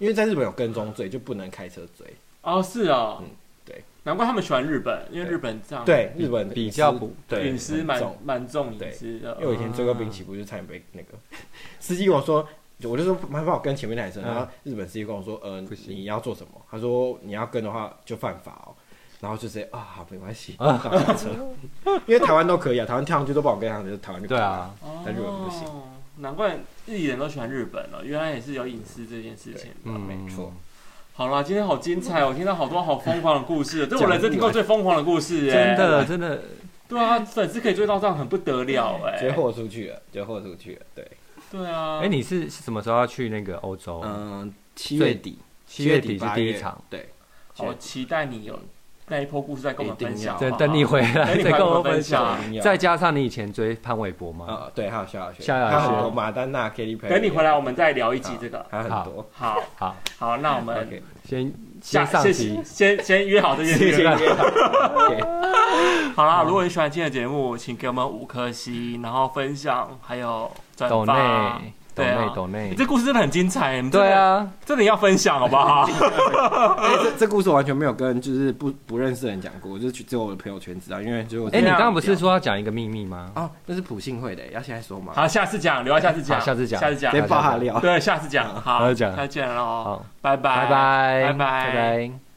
因为在日本有跟踪追，就不能开车追，哦，是哦嗯，对，难怪他们喜欢日本，因为日本这样对，日本比隐私较不对隐私很蛮重蛮重对隐私的因为。我以前追过啊滨崎步，就差点被那个司机跟我说，就我就说麻烦我跟前面那台车，然后日本司机跟我说，呃，啊不行你要做什么？他说你要跟的话就犯法哦。然后就直接啊，好，没关系，那我下 [LAUGHS] 车，因为台湾都可以啊，台湾跳上去都不好跟上去，台湾就对啊，哦但日本不行。难怪日本人都喜欢日本哦了，原来也是有隐私这件事情。嗯，没错。好啦，今天好精彩哦，我听到好多好疯狂的故事，哦这是我讲不人生听过完最疯狂的故事耶！真的，真的，对啊，粉丝可以追到这样很不得了哎、直接豁出去了，直接豁出去了，对，对啊，哎，你是是什么时候要去那个欧洲？嗯，七月底，七月哦底是第一场，对，好期待你有那一波故事再跟我们分享，一等好不好等你回来等你再跟我们分享哦享，再加上你以前追潘玮柏嘛，啊，对，还有萧亚轩，萧亚还有轩很多马丹娜、Katy Perry，等你回来我们再聊一集好这个。还有很多，好好，好，那我 OK， [LAUGHS] 们先下先上集先，先先约好这件事谢情。谢。OK 好啦，嗯如果你喜欢今天的节目，请给我们五颗星，然后分享，还有转抖发。内，抖对啊内，抖内你，这故事真的很精彩，你真的对，啊，真的要分享好不 [LAUGHS] 好？哎、这这故事我完全没有跟就是不不认识的人讲过，我就只有我的朋友圈知道，因为就是我哎，你刚刚不是说要讲一个秘密吗？哦，那是普信会的，要现在说吗？好，下次讲，留到下次讲，好下次讲下次讲直，接爆他料。对，下次讲，好，下次讲再见喽，好，拜拜，拜拜，拜拜拜拜。